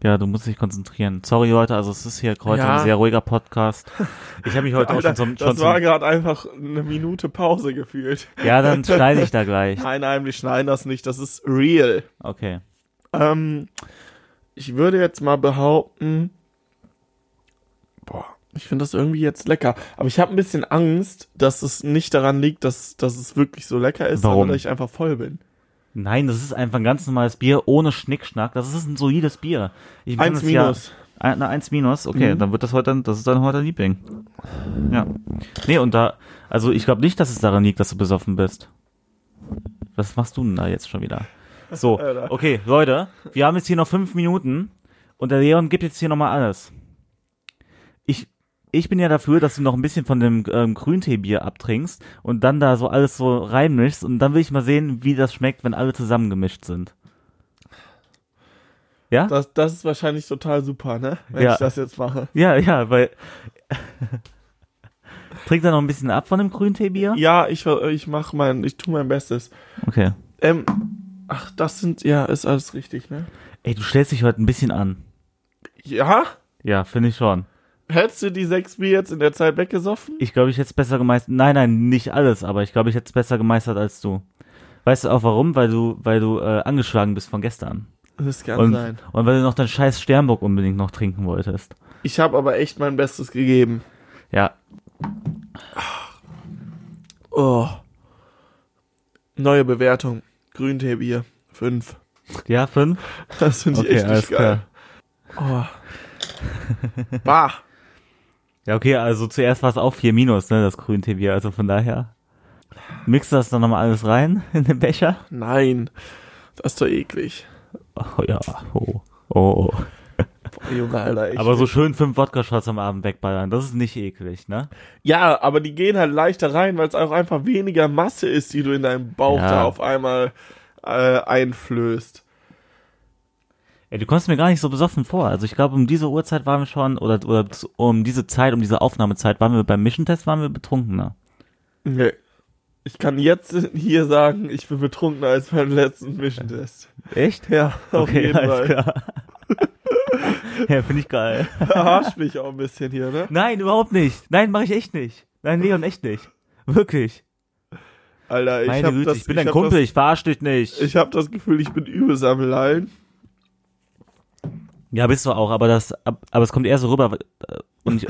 [SPEAKER 3] Ja, du musst dich konzentrieren. Sorry Leute, also es ist hier heute
[SPEAKER 4] Ja.
[SPEAKER 3] ein sehr ruhiger Podcast. Ich habe mich heute
[SPEAKER 4] Alter,
[SPEAKER 3] auch schon zum, schon
[SPEAKER 4] das war
[SPEAKER 3] zum
[SPEAKER 4] gerade einfach eine Minute Pause gefühlt.
[SPEAKER 3] Ja, dann schneide ich da gleich.
[SPEAKER 4] Nein, nein, wir schneiden das nicht. Das ist real.
[SPEAKER 3] Okay.
[SPEAKER 4] Ähm, ich würde jetzt mal behaupten, boah, ich finde das irgendwie jetzt lecker. Aber ich habe ein bisschen Angst, dass es nicht daran liegt, dass, dass es wirklich so lecker ist,
[SPEAKER 3] Warum?
[SPEAKER 4] sondern dass ich einfach voll bin.
[SPEAKER 3] Nein, das ist einfach ein ganz normales Bier ohne Schnickschnack. Das ist ein solides Bier. Ich meine,
[SPEAKER 4] Eins
[SPEAKER 3] das ist ja-
[SPEAKER 4] minus.
[SPEAKER 3] Ein, na, eins minus, okay,
[SPEAKER 4] Mhm.
[SPEAKER 3] dann wird das heute, das ist dann heute ein Liebling. Ja. Nee, und da, also ich glaube nicht, dass es daran liegt, dass du besoffen bist. Was machst du denn da jetzt schon wieder? So,
[SPEAKER 4] Alter.
[SPEAKER 3] okay, Leute, wir haben jetzt hier noch fünf Minuten und der Leon gibt jetzt hier nochmal alles. Ich, ich bin ja dafür, dass du noch ein bisschen von dem ähm, Grünteebier abtrinkst und dann da so alles so reinmischst und dann will ich mal sehen, wie das schmeckt, wenn alle zusammengemischt sind. Ja?
[SPEAKER 4] Das, das ist wahrscheinlich total super, ne? Wenn
[SPEAKER 3] Ja.
[SPEAKER 4] ich das jetzt mache.
[SPEAKER 3] Ja, ja, weil. Trinkt er noch ein bisschen ab von dem Grünteebier?
[SPEAKER 4] Ja, ich, ich mach mein, ich tu mein Bestes.
[SPEAKER 3] Okay.
[SPEAKER 4] Ähm, ach, das sind, ja, ist alles richtig, ne?
[SPEAKER 3] Ey, du stellst dich heute ein bisschen an.
[SPEAKER 4] Ja?
[SPEAKER 3] Ja, finde ich schon.
[SPEAKER 4] Hättest du die sechs Bier jetzt in der Zeit weggesoffen?
[SPEAKER 3] Ich glaube, ich hätte es besser gemeistert. Nein, nein, nicht alles, aber ich glaube, ich hätte es besser gemeistert als du. Weißt du auch warum? Weil du, weil du äh, angeschlagen bist von gestern.
[SPEAKER 4] Das kann
[SPEAKER 3] Und,
[SPEAKER 4] sein.
[SPEAKER 3] und weil du noch deinen scheiß Sternburg unbedingt noch trinken wolltest.
[SPEAKER 4] Ich habe aber echt mein Bestes gegeben.
[SPEAKER 3] Ja.
[SPEAKER 4] Oh. Neue Bewertung. Grünteebier. Fünf.
[SPEAKER 3] Ja, fünf?
[SPEAKER 4] Das finde ich
[SPEAKER 3] Okay,
[SPEAKER 4] echt
[SPEAKER 3] alles
[SPEAKER 4] nicht geil. Oh. bah.
[SPEAKER 3] Ja, okay, also zuerst war es auch 4 minus, ne, das Grünteebier. Also von daher. Mixt das dann nochmal alles rein in den Becher?
[SPEAKER 4] Nein. Das ist doch eklig.
[SPEAKER 3] Oh ja, oh. Oh, oh.
[SPEAKER 4] Boah, Junge, Alter. Ich
[SPEAKER 3] Aber so schön fünf Wodka-Shots am Abend wegballern, das ist nicht eklig, ne?
[SPEAKER 4] ja, aber die gehen halt leichter rein, weil es auch einfach weniger Masse ist, die du in deinem Bauch
[SPEAKER 3] Ja.
[SPEAKER 4] da auf einmal äh, einflößt.
[SPEAKER 3] Ey, du kommst mir gar nicht so besoffen vor. Also ich glaube, um diese Uhrzeit waren wir schon, oder, oder zu- um diese Zeit, um diese Aufnahmezeit, waren wir beim Mission-Test, waren wir betrunkener.
[SPEAKER 4] Nee. Ich kann jetzt hier sagen, ich bin betrunkener als beim letzten Mission-Test.
[SPEAKER 3] Echt?
[SPEAKER 4] Ja, auf
[SPEAKER 3] Okay,
[SPEAKER 4] jeden
[SPEAKER 3] alles
[SPEAKER 4] Fall.
[SPEAKER 3] klar. ja, finde ich geil.
[SPEAKER 4] Verarsch mich auch ein bisschen hier, ne?
[SPEAKER 3] Nein, überhaupt nicht. Nein, mache ich echt nicht. Nein, Leon, echt nicht. Wirklich.
[SPEAKER 4] Alter, ich
[SPEAKER 3] Meine
[SPEAKER 4] hab
[SPEAKER 3] Güte,
[SPEAKER 4] das,
[SPEAKER 3] ich bin dein
[SPEAKER 4] hab
[SPEAKER 3] Kumpel, ich verarsch dich nicht.
[SPEAKER 4] Das, ich habe das Gefühl, ich bin übel Sammellein.
[SPEAKER 3] Ja, bist du auch, aber das, ab- aber es kommt eher so rüber äh, und ich,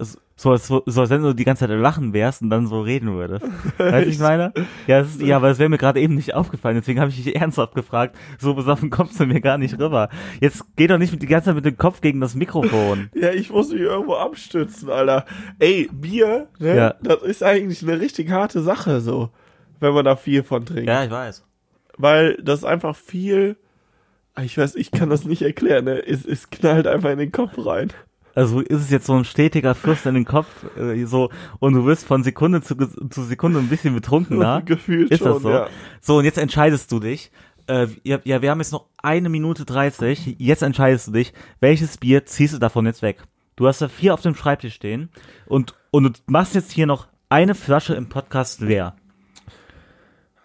[SPEAKER 3] es- so, als- so, so als wenn du die ganze Zeit am lachen wärst und dann so reden würdest. Weißt du, ich meine? Ja, das ist, ja, aber es wäre mir gerade eben nicht aufgefallen, deswegen habe ich dich ernsthaft gefragt, so besoffen kommst du mir gar nicht rüber. Jetzt geh doch nicht mit, die ganze Zeit mit dem Kopf gegen das Mikrofon.
[SPEAKER 4] Ja, ich muss mich irgendwo abstützen, Alter. Ey, Bier, ne?
[SPEAKER 3] Ja.
[SPEAKER 4] Das ist eigentlich eine richtig harte Sache so, wenn man da viel von trinkt.
[SPEAKER 3] ich weiß.
[SPEAKER 4] Weil das einfach viel. ah, Ich weiß, ich kann das nicht erklären, ne? Es, es knallt einfach in den Kopf rein.
[SPEAKER 3] Also ist es jetzt so ein stetiger Fluss in den Kopf, äh, so, und du wirst von Sekunde zu, Ges- zu Sekunde ein bisschen
[SPEAKER 4] Oh
[SPEAKER 3] betrunkener.
[SPEAKER 4] Gefühlt
[SPEAKER 3] Ist
[SPEAKER 4] schon,
[SPEAKER 3] das so?
[SPEAKER 4] ja.
[SPEAKER 3] So, und jetzt entscheidest du dich. Äh, ja, ja, wir haben jetzt noch eine Minute 30. Jetzt entscheidest du dich, welches Bier ziehst du davon jetzt weg? Du hast da vier auf dem Schreibtisch stehen und, und du machst jetzt hier noch eine Flasche im Podcast leer.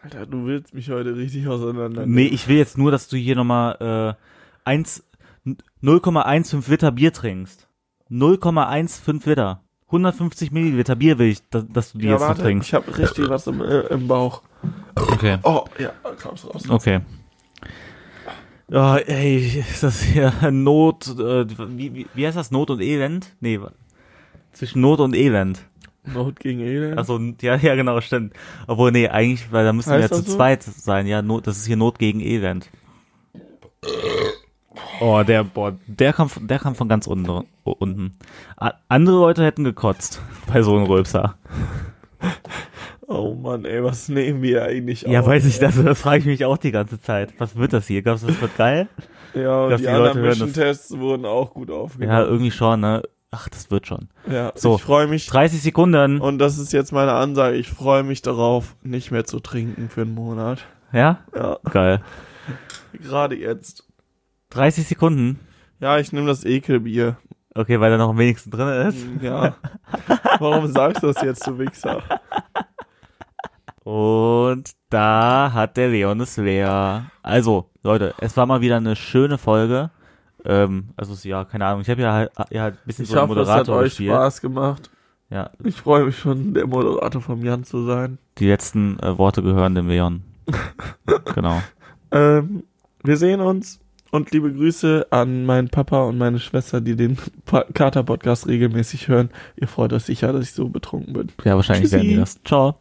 [SPEAKER 4] Alter, du willst mich heute richtig auseinander.
[SPEAKER 3] Nee, ich will jetzt nur, dass du hier nochmal äh, eins- 0,15 Liter Bier trinkst. 0,15 Liter. 150 Milliliter Bier will ich, dass, dass du die
[SPEAKER 4] ja,
[SPEAKER 3] jetzt noch
[SPEAKER 4] warte,
[SPEAKER 3] trinkst.
[SPEAKER 4] ich habe richtig was im, äh, im Bauch.
[SPEAKER 3] Okay.
[SPEAKER 4] Oh, ja, kam's raus.
[SPEAKER 3] Okay. Ja, ey, ist das hier Not, äh, wie, wie, wie heißt das? Not und Elend? Nee, wa- zwischen Not und Elend.
[SPEAKER 4] Not gegen Elend.
[SPEAKER 3] Achso, ja, ja, genau, stimmt. Obwohl, nee, eigentlich, weil da müssen wir ja
[SPEAKER 4] Heißt
[SPEAKER 3] zu
[SPEAKER 4] das so?
[SPEAKER 3] zweit sein. Ja, Not, das ist hier Not gegen Elend. Oh, der, boah, der kam, von- der kam von ganz unten. unten. A- Andere Leute hätten gekotzt bei so einem Rülpser.
[SPEAKER 4] Oh Mann, ey, was nehmen wir eigentlich
[SPEAKER 3] ja,
[SPEAKER 4] auf?
[SPEAKER 3] weiß ich, das, das frage ich mich auch die ganze Zeit. Was wird das hier? Glaubst du, das wird geil?
[SPEAKER 4] Ja, und
[SPEAKER 3] Dass
[SPEAKER 4] die,
[SPEAKER 3] die Leute
[SPEAKER 4] anderen
[SPEAKER 3] hören, dass-
[SPEAKER 4] Mission-Tests wurden auch gut
[SPEAKER 3] Ja,
[SPEAKER 4] aufgenommen.
[SPEAKER 3] irgendwie schon, ne? Ach, das wird schon.
[SPEAKER 4] Ja,
[SPEAKER 3] so.
[SPEAKER 4] ich freue mich.
[SPEAKER 3] 30 Sekunden.
[SPEAKER 4] Und das ist jetzt meine Ansage. Ich freue mich darauf, nicht mehr zu trinken für einen Monat.
[SPEAKER 3] Ja?
[SPEAKER 4] Ja,
[SPEAKER 3] Geil.
[SPEAKER 4] gerade jetzt.
[SPEAKER 3] 30 Sekunden.
[SPEAKER 4] Ja, ich nehme das Ekelbier.
[SPEAKER 3] Okay, weil da noch am wenigsten drin ist.
[SPEAKER 4] Ja. Warum sagst du das jetzt, du Wichser?
[SPEAKER 3] Und da hat der Leon es leer. Also, Leute, es war mal wieder eine schöne Folge. Ähm, also, es- ja, keine Ahnung. Ich habe ja halt ja, halt ein bisschen
[SPEAKER 4] Ich
[SPEAKER 3] so einen
[SPEAKER 4] hoffe, es hat
[SPEAKER 3] Moderator
[SPEAKER 4] euch
[SPEAKER 3] gespielt.
[SPEAKER 4] Spaß gemacht.
[SPEAKER 3] Ja,
[SPEAKER 4] Ich freue mich schon, der Moderator von Jan zu sein.
[SPEAKER 3] die letzten äh, Worte gehören dem Leon. genau.
[SPEAKER 4] Ähm, wir sehen uns und liebe Grüße an meinen Papa und meine Schwester, die den Pa- Kater-Podcast regelmäßig hören. Ihr freut euch sicher, dass ich so betrunken bin.
[SPEAKER 3] Ja, wahrscheinlich
[SPEAKER 4] Tschüssi.
[SPEAKER 3] werden die das. Ciao.